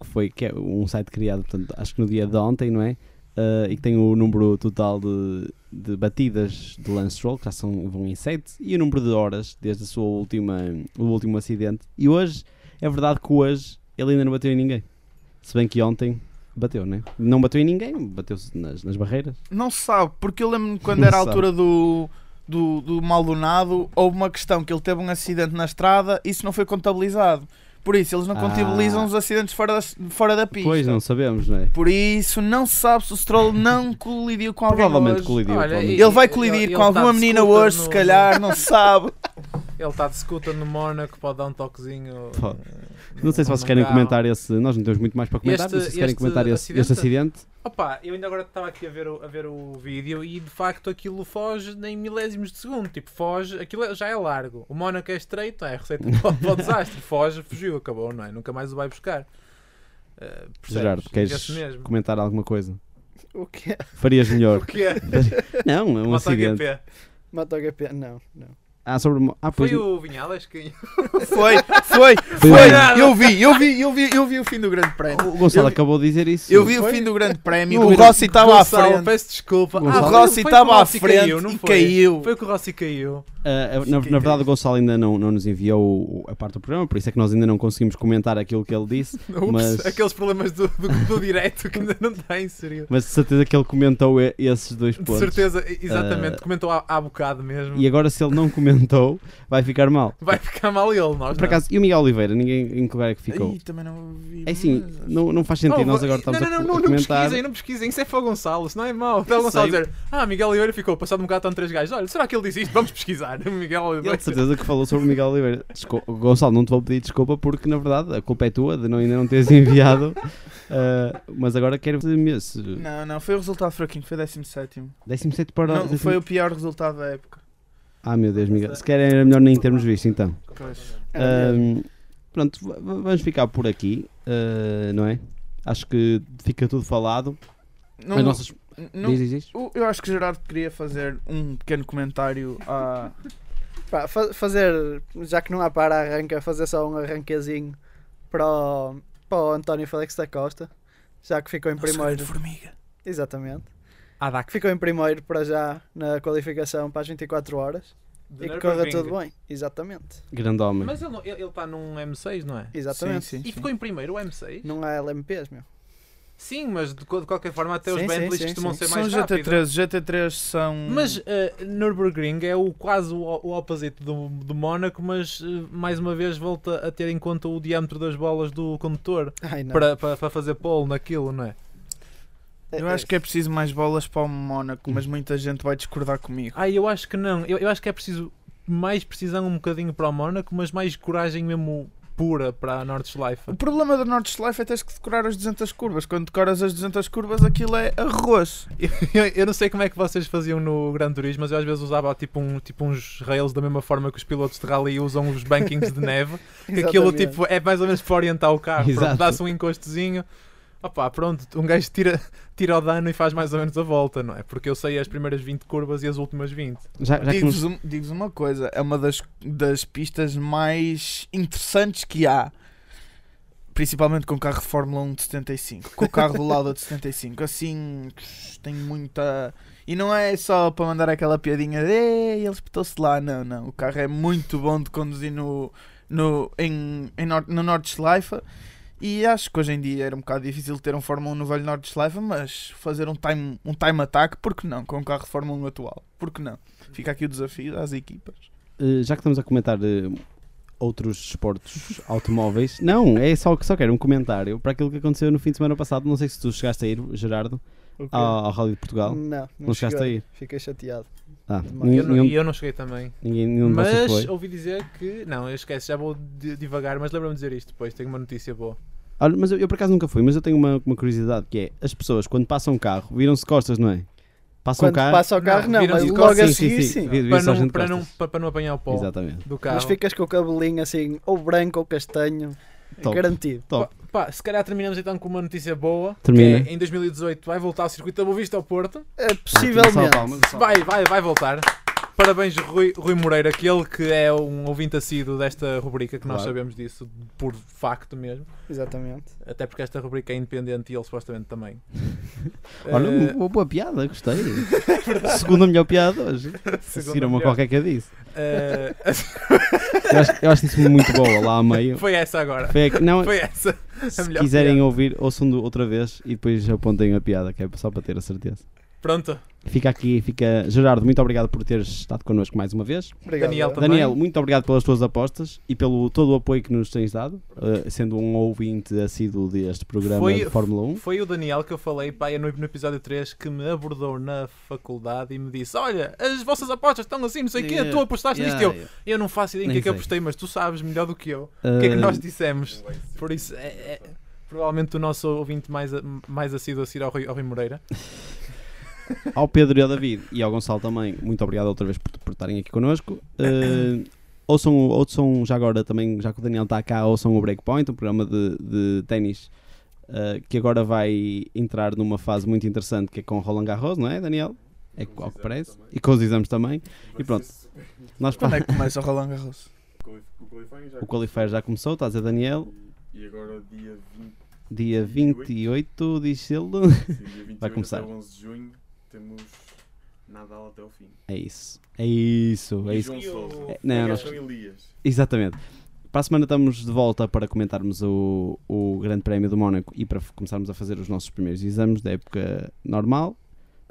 [SPEAKER 2] que foi que é um site criado, portanto, acho que no dia de ontem, não é? Ah, e que tem o número total de, de batidas de Lance Stroll, que já são, vão em 7, e o número de horas desde a sua última, o último acidente. E hoje, é verdade que hoje ele ainda não bateu em ninguém. Se bem que ontem bateu, não é? Não bateu em ninguém, bateu-se nas, nas barreiras.
[SPEAKER 5] Não se sabe, porque eu lembro-me quando
[SPEAKER 2] Não
[SPEAKER 5] era a
[SPEAKER 2] se sabe.
[SPEAKER 5] altura do, do, do Maldonado, houve uma questão que ele teve um acidente na estrada, isso não foi contabilizado. Por isso, eles não
[SPEAKER 2] Ah.
[SPEAKER 5] contabilizam os acidentes fora da, fora da pista.
[SPEAKER 2] Pois, não sabemos, não é?
[SPEAKER 5] Por isso, não se sabe se o Stroll não *laughs* colidiu com alguém
[SPEAKER 2] Provavelmente
[SPEAKER 5] hoje.
[SPEAKER 2] colidiu.
[SPEAKER 3] Olha,
[SPEAKER 2] provavelmente.
[SPEAKER 5] Ele vai colidir
[SPEAKER 3] Ele- ele
[SPEAKER 5] com
[SPEAKER 3] tá
[SPEAKER 5] alguma
[SPEAKER 3] de
[SPEAKER 5] menina
[SPEAKER 3] scooter
[SPEAKER 5] hoje, se
[SPEAKER 3] no-
[SPEAKER 5] calhar, não se sabe.
[SPEAKER 3] *laughs* Ele está de scooter no Mónaco, pode dar
[SPEAKER 2] *laughs*
[SPEAKER 3] um toquezinho.
[SPEAKER 2] Pode.
[SPEAKER 3] eh,
[SPEAKER 2] Não sei se
[SPEAKER 3] num-
[SPEAKER 2] vocês querem
[SPEAKER 3] num carro.
[SPEAKER 2] comentar esse. Nós não temos muito mais para comentar,
[SPEAKER 3] Este-
[SPEAKER 2] não sei se querem
[SPEAKER 3] este
[SPEAKER 2] comentar esse
[SPEAKER 3] acidente?
[SPEAKER 2] este acidente.
[SPEAKER 3] Opa, eu ainda agora estava aqui a ver, o, a ver o vídeo e de facto aquilo foge em milésimos de segundo. Tipo, foge, aquilo é- já é largo. O Mónaco é estreito, é a receita *laughs* para o- para o desastre. Foge, fugiu, acabou, não é? Nunca mais o vai buscar. Eh, percebes?
[SPEAKER 2] Gerardo, queres
[SPEAKER 3] Esse mesmo.
[SPEAKER 2] comentar alguma coisa?
[SPEAKER 4] O quê?
[SPEAKER 2] Farias melhor.
[SPEAKER 3] O que é?
[SPEAKER 2] não, é um acidente.
[SPEAKER 3] MotoGP.
[SPEAKER 4] MotoGP? Não, não.
[SPEAKER 2] Ah, sobre. mo- Ah, pois.
[SPEAKER 3] Foi o Vinhalas que
[SPEAKER 5] Foi, foi,
[SPEAKER 2] foi
[SPEAKER 5] foi.
[SPEAKER 2] o-
[SPEAKER 5] Eu vi, eu vi, eu vi, eu vi o fim do Grande Prémio.
[SPEAKER 2] O Gonçalo acabou de dizer isso.
[SPEAKER 5] Eu vi o fim do Grande Prémio.
[SPEAKER 2] Não,
[SPEAKER 5] O
[SPEAKER 3] *laughs*
[SPEAKER 5] Rossi estava à
[SPEAKER 3] Gonçalo,
[SPEAKER 5] frente.
[SPEAKER 3] Peço desculpa. Ah,
[SPEAKER 2] Gonçalo.
[SPEAKER 5] O
[SPEAKER 3] foi-
[SPEAKER 5] Rossi
[SPEAKER 3] foi
[SPEAKER 5] estava
[SPEAKER 3] que o
[SPEAKER 5] à
[SPEAKER 3] Rossi
[SPEAKER 5] frente
[SPEAKER 3] não
[SPEAKER 5] e
[SPEAKER 3] foi?
[SPEAKER 5] caiu.
[SPEAKER 3] Foi que o Rossi caiu.
[SPEAKER 2] Ah, na, na verdade, o Gonçalo ainda não, não nos enviou o- o- a parte do programa, por isso é que nós ainda não conseguimos comentar aquilo que ele
[SPEAKER 3] *laughs*
[SPEAKER 2] disse.
[SPEAKER 3] Ups,
[SPEAKER 2] Mas-
[SPEAKER 3] aqueles problemas do, do, do direto que ainda não está inserido.
[SPEAKER 2] Mas de certeza que ele comentou e- esses dois
[SPEAKER 3] De
[SPEAKER 2] pontos.
[SPEAKER 3] certeza, e- exatamente,
[SPEAKER 2] Ah.
[SPEAKER 3] comentou há, há bocado mesmo.
[SPEAKER 2] E agora, se ele não comentou, vai ficar mal.
[SPEAKER 3] Vai ficar mal ele, nós.
[SPEAKER 2] Por
[SPEAKER 3] não.
[SPEAKER 2] acaso, e o Miguel Oliveira? Ninguém, em que lugar é que ficou?
[SPEAKER 5] Ih, também não vi.
[SPEAKER 2] É assim, não, não faz sentido.
[SPEAKER 3] Oh,
[SPEAKER 2] nós
[SPEAKER 3] vai-
[SPEAKER 2] agora estamos
[SPEAKER 3] não, não,
[SPEAKER 2] a,
[SPEAKER 3] não,
[SPEAKER 2] co-
[SPEAKER 3] não,
[SPEAKER 2] a
[SPEAKER 3] não
[SPEAKER 2] comentar.
[SPEAKER 3] pesquisem, não pesquisem, isso é para o Gonçalo, isso não é mau. Está o
[SPEAKER 2] Eu
[SPEAKER 3] Gonçalo
[SPEAKER 2] sei.
[SPEAKER 3] dizer, ah, Miguel Oliveira ficou, passado um bocado estão três gajos, olha, será que ele diz isto? Vamos pesquisar, *laughs* Miguel
[SPEAKER 2] Ele
[SPEAKER 3] Oliveira.
[SPEAKER 2] de certeza que falou sobre o Miguel Oliveira. Desco- Gonçalo, não te vou pedir desculpa porque na verdade a culpa é tua de não, ainda não *laughs* teres enviado. Ah, mas agora quero ver se.
[SPEAKER 5] Não, não, foi o resultado fraquinho, foi 17.
[SPEAKER 2] 17 para.
[SPEAKER 5] Não,
[SPEAKER 2] décimo-
[SPEAKER 5] foi o pior resultado da época.
[SPEAKER 2] Ah meu Deus, Miguel. Se calhar era melhor nem termos visto então. Ahm, pronto, v- v- vamos ficar por aqui, ah, não é? Acho que fica tudo falado.
[SPEAKER 5] Não,
[SPEAKER 2] As nossas.
[SPEAKER 5] não-
[SPEAKER 2] Diz, diz, diz.
[SPEAKER 5] o- eu acho que Gerardo queria fazer um pequeno comentário à,
[SPEAKER 4] Pá, fa- fazer, já que não há para arranca, fazer só um arranquezinho para o, para o António Félix da Costa, já que ficou em primeiro.
[SPEAKER 5] formiga.
[SPEAKER 4] Exatamente.
[SPEAKER 3] Ah, dá
[SPEAKER 4] Que ficou em primeiro para já na qualificação para as 24 horas. e que corra tudo bem. Exatamente.
[SPEAKER 2] Grande homem.
[SPEAKER 3] Mas ele não- ele está num M6, não é?
[SPEAKER 5] Sim,
[SPEAKER 4] Exatamente.
[SPEAKER 5] sim,
[SPEAKER 3] E
[SPEAKER 5] sim.
[SPEAKER 3] ficou em primeiro o M6?
[SPEAKER 4] Não há LMPs, meu.
[SPEAKER 3] Sim, mas de, co- de qualquer forma até os
[SPEAKER 4] Sim, sim,
[SPEAKER 3] Bentleys
[SPEAKER 4] sim,
[SPEAKER 3] costumam
[SPEAKER 4] sim.
[SPEAKER 3] ser
[SPEAKER 5] São
[SPEAKER 3] mais
[SPEAKER 5] os
[SPEAKER 3] rápidos.
[SPEAKER 5] GT3, GT3 são.
[SPEAKER 3] Mas eh, Nürburgring é o, quase o, o opposite do, do Mónaco, mas eh, mais uma vez volta a ter em conta o diâmetro das bolas do condutor
[SPEAKER 4] Ai, não.
[SPEAKER 3] para, para, para fazer polo naquilo, não é?
[SPEAKER 5] Eu
[SPEAKER 3] eh,
[SPEAKER 5] acho que é preciso mais bolas para o Mónaco, mas muita gente vai discordar comigo.
[SPEAKER 3] Ah, eu acho que não. Eu, eu acho que é preciso mais precisão um bocadinho para o Mónaco, mas mais coragem mesmo pura para a Nordschleife.
[SPEAKER 5] O problema do Nordschleife é teres que decorar as 200 curvas. Quando decoras as 200 curvas, aquilo é arroz.
[SPEAKER 3] Eu, eu não sei como é que vocês faziam no Gran Turismo, mas eu às vezes usava tipo, um, tipo uns rails da mesma forma que os pilotos de rally usam os bankings de neve. que aquilo
[SPEAKER 4] Exatamente.
[SPEAKER 3] tipo, é mais ou menos para orientar o carro.
[SPEAKER 2] Exato.
[SPEAKER 3] Pronto, Dá-se um encostozinho. Opa, pronto, um gajo tira, tira o dano e faz mais ou menos a volta, não é? Porque eu sei as primeiras 20 curvas e as últimas 20.
[SPEAKER 2] Já, já que nos
[SPEAKER 5] Digo-vos um- digo-vos uma coisa: é uma das, das pistas mais interessantes que há. Principalmente com o carro de Fórmula 1 de 75. Com o carro do Lauda de 75. Assim, tem muita. E não é só para mandar aquela piadinha de "Ei, ele espetou-se lá. Não, não. O carro é muito bom de conduzir no, no, em, em, Nor- no Nordschleife. E acho que hoje em dia era um bocado difícil ter um Fórmula 1 no velho Nordschleife, mas fazer um time, um time attack, por que não? Com o carro de Fórmula 1 atual, por que não? Fica aqui o desafio às equipas.
[SPEAKER 2] Uh, já que estamos a comentar uh, outros esportes *laughs* automóveis, não, é só que só quero um comentário para aquilo que aconteceu no fim de semana passado. Não sei se tu chegaste a ir, Gerardo,
[SPEAKER 4] O quê?
[SPEAKER 2] ao, ao Rally de Portugal.
[SPEAKER 4] Não, não,
[SPEAKER 2] Não chegaste
[SPEAKER 4] chegou.
[SPEAKER 2] a ir?
[SPEAKER 4] Fiquei chateado.
[SPEAKER 2] Ah,
[SPEAKER 4] Não.
[SPEAKER 3] E Hum, eu,
[SPEAKER 2] nenhum,
[SPEAKER 3] não, e
[SPEAKER 2] ninguém,
[SPEAKER 3] eu não cheguei também.
[SPEAKER 2] nenhum de vocês
[SPEAKER 3] mas
[SPEAKER 2] foi.
[SPEAKER 3] ouvi dizer que. Não, eu esqueço, já vou di- divagar, mas lembra-me de dizer isto depois. Tenho uma notícia boa.
[SPEAKER 2] Olha, mas eu, eu por acaso nunca fui, mas eu tenho uma, uma curiosidade que é as pessoas quando passam carro viram-se costas, não é? Passam
[SPEAKER 4] Quando
[SPEAKER 2] carro.
[SPEAKER 4] passa o
[SPEAKER 3] Não,
[SPEAKER 4] carro, não,
[SPEAKER 3] viram-se
[SPEAKER 4] mas
[SPEAKER 3] de
[SPEAKER 4] logo a
[SPEAKER 3] costas.
[SPEAKER 4] seguir, sim.
[SPEAKER 2] vi-
[SPEAKER 3] Para
[SPEAKER 2] viram-se à
[SPEAKER 3] não,
[SPEAKER 2] gente
[SPEAKER 3] para, não,
[SPEAKER 2] costas.
[SPEAKER 3] para, para não apanhar o pó
[SPEAKER 2] Exatamente.
[SPEAKER 3] do carro.
[SPEAKER 4] Mas ficas com o cabelinho assim, ou branco ou castanho,
[SPEAKER 2] Top.
[SPEAKER 4] garantido.
[SPEAKER 2] Top.
[SPEAKER 3] Pá, se calhar terminamos então com uma notícia boa.
[SPEAKER 2] Termina.
[SPEAKER 3] Que é, em 2018 vai voltar o circuito da Boa Vista ao Porto.
[SPEAKER 2] Ah,
[SPEAKER 4] É,
[SPEAKER 2] uma salva de
[SPEAKER 4] possivelmente.
[SPEAKER 2] palmas, uma salva de
[SPEAKER 3] Vai, vai, vai voltar. Parabéns, Rui, Rui Moreira, aquele que é um ouvinte assíduo desta rubrica, que nós
[SPEAKER 2] Claro.
[SPEAKER 3] sabemos disso por facto mesmo.
[SPEAKER 4] Exatamente.
[SPEAKER 3] Até porque esta rubrica é independente e ele supostamente também.
[SPEAKER 2] *laughs* Olha,
[SPEAKER 3] Eh,
[SPEAKER 2] uma boa, boa piada,
[SPEAKER 4] *laughs*
[SPEAKER 2] gostei. Segunda melhor piada hoje.
[SPEAKER 3] Segunda
[SPEAKER 2] Seguiram-me
[SPEAKER 3] melhor.
[SPEAKER 2] qualquer que eu disse.
[SPEAKER 3] eh, *laughs*
[SPEAKER 2] Eu acho, eu acho isso muito boa lá a meio.
[SPEAKER 3] foi
[SPEAKER 2] *laughs*
[SPEAKER 3] essa agora.
[SPEAKER 2] Foi a que- não,
[SPEAKER 3] Foi essa.
[SPEAKER 2] se
[SPEAKER 3] melhor
[SPEAKER 2] quiserem
[SPEAKER 3] piada.
[SPEAKER 2] ouvir, ouçam do- outra vez e depois apontem a piada, que é só para ter a certeza.
[SPEAKER 3] Pronto.
[SPEAKER 2] Fica aqui, fica. Gerardo, muito obrigado por teres estado connosco mais uma vez.
[SPEAKER 4] Obrigado.
[SPEAKER 3] Daniel
[SPEAKER 4] Daniel.
[SPEAKER 3] também.
[SPEAKER 2] Daniel, muito obrigado pelas tuas apostas e pelo todo o apoio que nos tens dado, eh, sendo um ouvinte assíduo deste programa
[SPEAKER 3] Foi-
[SPEAKER 2] de Fórmula 1.
[SPEAKER 3] Foi o Daniel que eu falei, pai, no no episódio 3, que me abordou na faculdade e me disse: Olha, as vossas apostas estão assim, não sei o quê, tu apostaste nisto. e Eu, eu não faço ideia em que
[SPEAKER 2] Nem
[SPEAKER 3] é que eu
[SPEAKER 2] sei.
[SPEAKER 3] apostei, mas tu sabes melhor do que eu. O que é que
[SPEAKER 2] Eh,
[SPEAKER 3] nós dissemos? Por isso, é, é- provavelmente o nosso ouvinte mais, a- mais assíduo a seguir ao Rui, ao Rui Moreira.
[SPEAKER 2] Ao Pedro e ao David e ao Gonçalo também, muito obrigado outra vez por, por estarem aqui connosco. Eh, ouçam, o- ouçam já agora também, já que o Daniel está cá, ouçam o Breakpoint, um programa de, de ténis eh, que agora vai entrar numa fase muito interessante que é com Roland Garros, não é, Daniel? É
[SPEAKER 6] Com os
[SPEAKER 2] ao que parece.
[SPEAKER 6] exames também.
[SPEAKER 2] E com os exames também.
[SPEAKER 6] Vai
[SPEAKER 2] E pronto.
[SPEAKER 6] ser super-
[SPEAKER 2] Nós
[SPEAKER 5] Quando é que começa o Roland Garros?
[SPEAKER 6] O qualifying já
[SPEAKER 2] O qualifier já começou, estás a Daniel.
[SPEAKER 6] E agora dia
[SPEAKER 2] *laughs*
[SPEAKER 6] 20,
[SPEAKER 2] Dia 28, diz ele.
[SPEAKER 6] sim, dia 28
[SPEAKER 2] começar.
[SPEAKER 6] até 11 de junho temos Nadal até ao fim.
[SPEAKER 2] É isso. É isso. É
[SPEAKER 6] E
[SPEAKER 2] isso.
[SPEAKER 6] João Sousa.
[SPEAKER 2] É, não,
[SPEAKER 6] E
[SPEAKER 2] nós-
[SPEAKER 6] Gastão Elias.
[SPEAKER 2] Exatamente. Para a semana estamos de volta para comentarmos o, o Grande Prémio do Mónaco e para f- começarmos a fazer os nossos primeiros exames da época normal.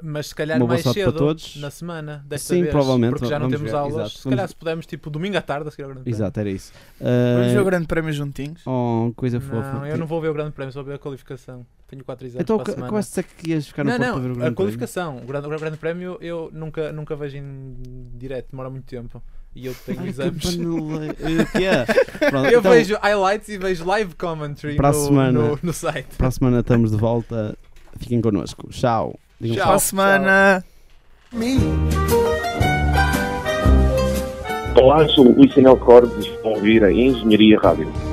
[SPEAKER 3] Mas se calhar
[SPEAKER 2] Uma boa
[SPEAKER 3] mais
[SPEAKER 2] sorte
[SPEAKER 3] cedo
[SPEAKER 2] para todos.
[SPEAKER 3] na semana, desta
[SPEAKER 2] Sim,
[SPEAKER 3] vez,
[SPEAKER 2] provavelmente,
[SPEAKER 3] porque já não
[SPEAKER 2] vamos
[SPEAKER 3] temos
[SPEAKER 2] ver,
[SPEAKER 3] aulas.
[SPEAKER 2] exato.
[SPEAKER 3] Se
[SPEAKER 2] Vamos-
[SPEAKER 3] calhar se pudermos, tipo, domingo à tarde, a seguir ao Grande Prémio.
[SPEAKER 2] Exato, era isso.
[SPEAKER 5] Vamos ver o
[SPEAKER 2] Ah,
[SPEAKER 5] Grande Prémio juntinhos?
[SPEAKER 2] oh, coisa fofa.
[SPEAKER 3] Não, eu não vou ver o Grande Prémio, só vou ver a qualificação. Tenho quatro exames
[SPEAKER 2] Então
[SPEAKER 3] para a semana.
[SPEAKER 2] acabaste de dizer que ias ficar no
[SPEAKER 3] não,
[SPEAKER 2] Porto para ver o
[SPEAKER 3] não,
[SPEAKER 2] Grande
[SPEAKER 3] a qualificação. O grande, o grande Prémio eu nunca, nunca vejo em direto, demora muito tempo. E eu tenho
[SPEAKER 2] Prémio. Ai, que
[SPEAKER 3] exames. *laughs*
[SPEAKER 2] paneleiro. Eh, que é? Pronto,
[SPEAKER 3] Eu
[SPEAKER 2] então,
[SPEAKER 3] vejo highlights e vejo live commentary
[SPEAKER 2] Para a
[SPEAKER 3] no,
[SPEAKER 2] semana.
[SPEAKER 3] no, no site.
[SPEAKER 2] Para a semana estamos de volta. Fiquem connosco. Tchau. Digam
[SPEAKER 5] Para a semana!
[SPEAKER 8] Olá, sou o Luís Daniel Cordes e estão a ouvir a Engenharia Rádio.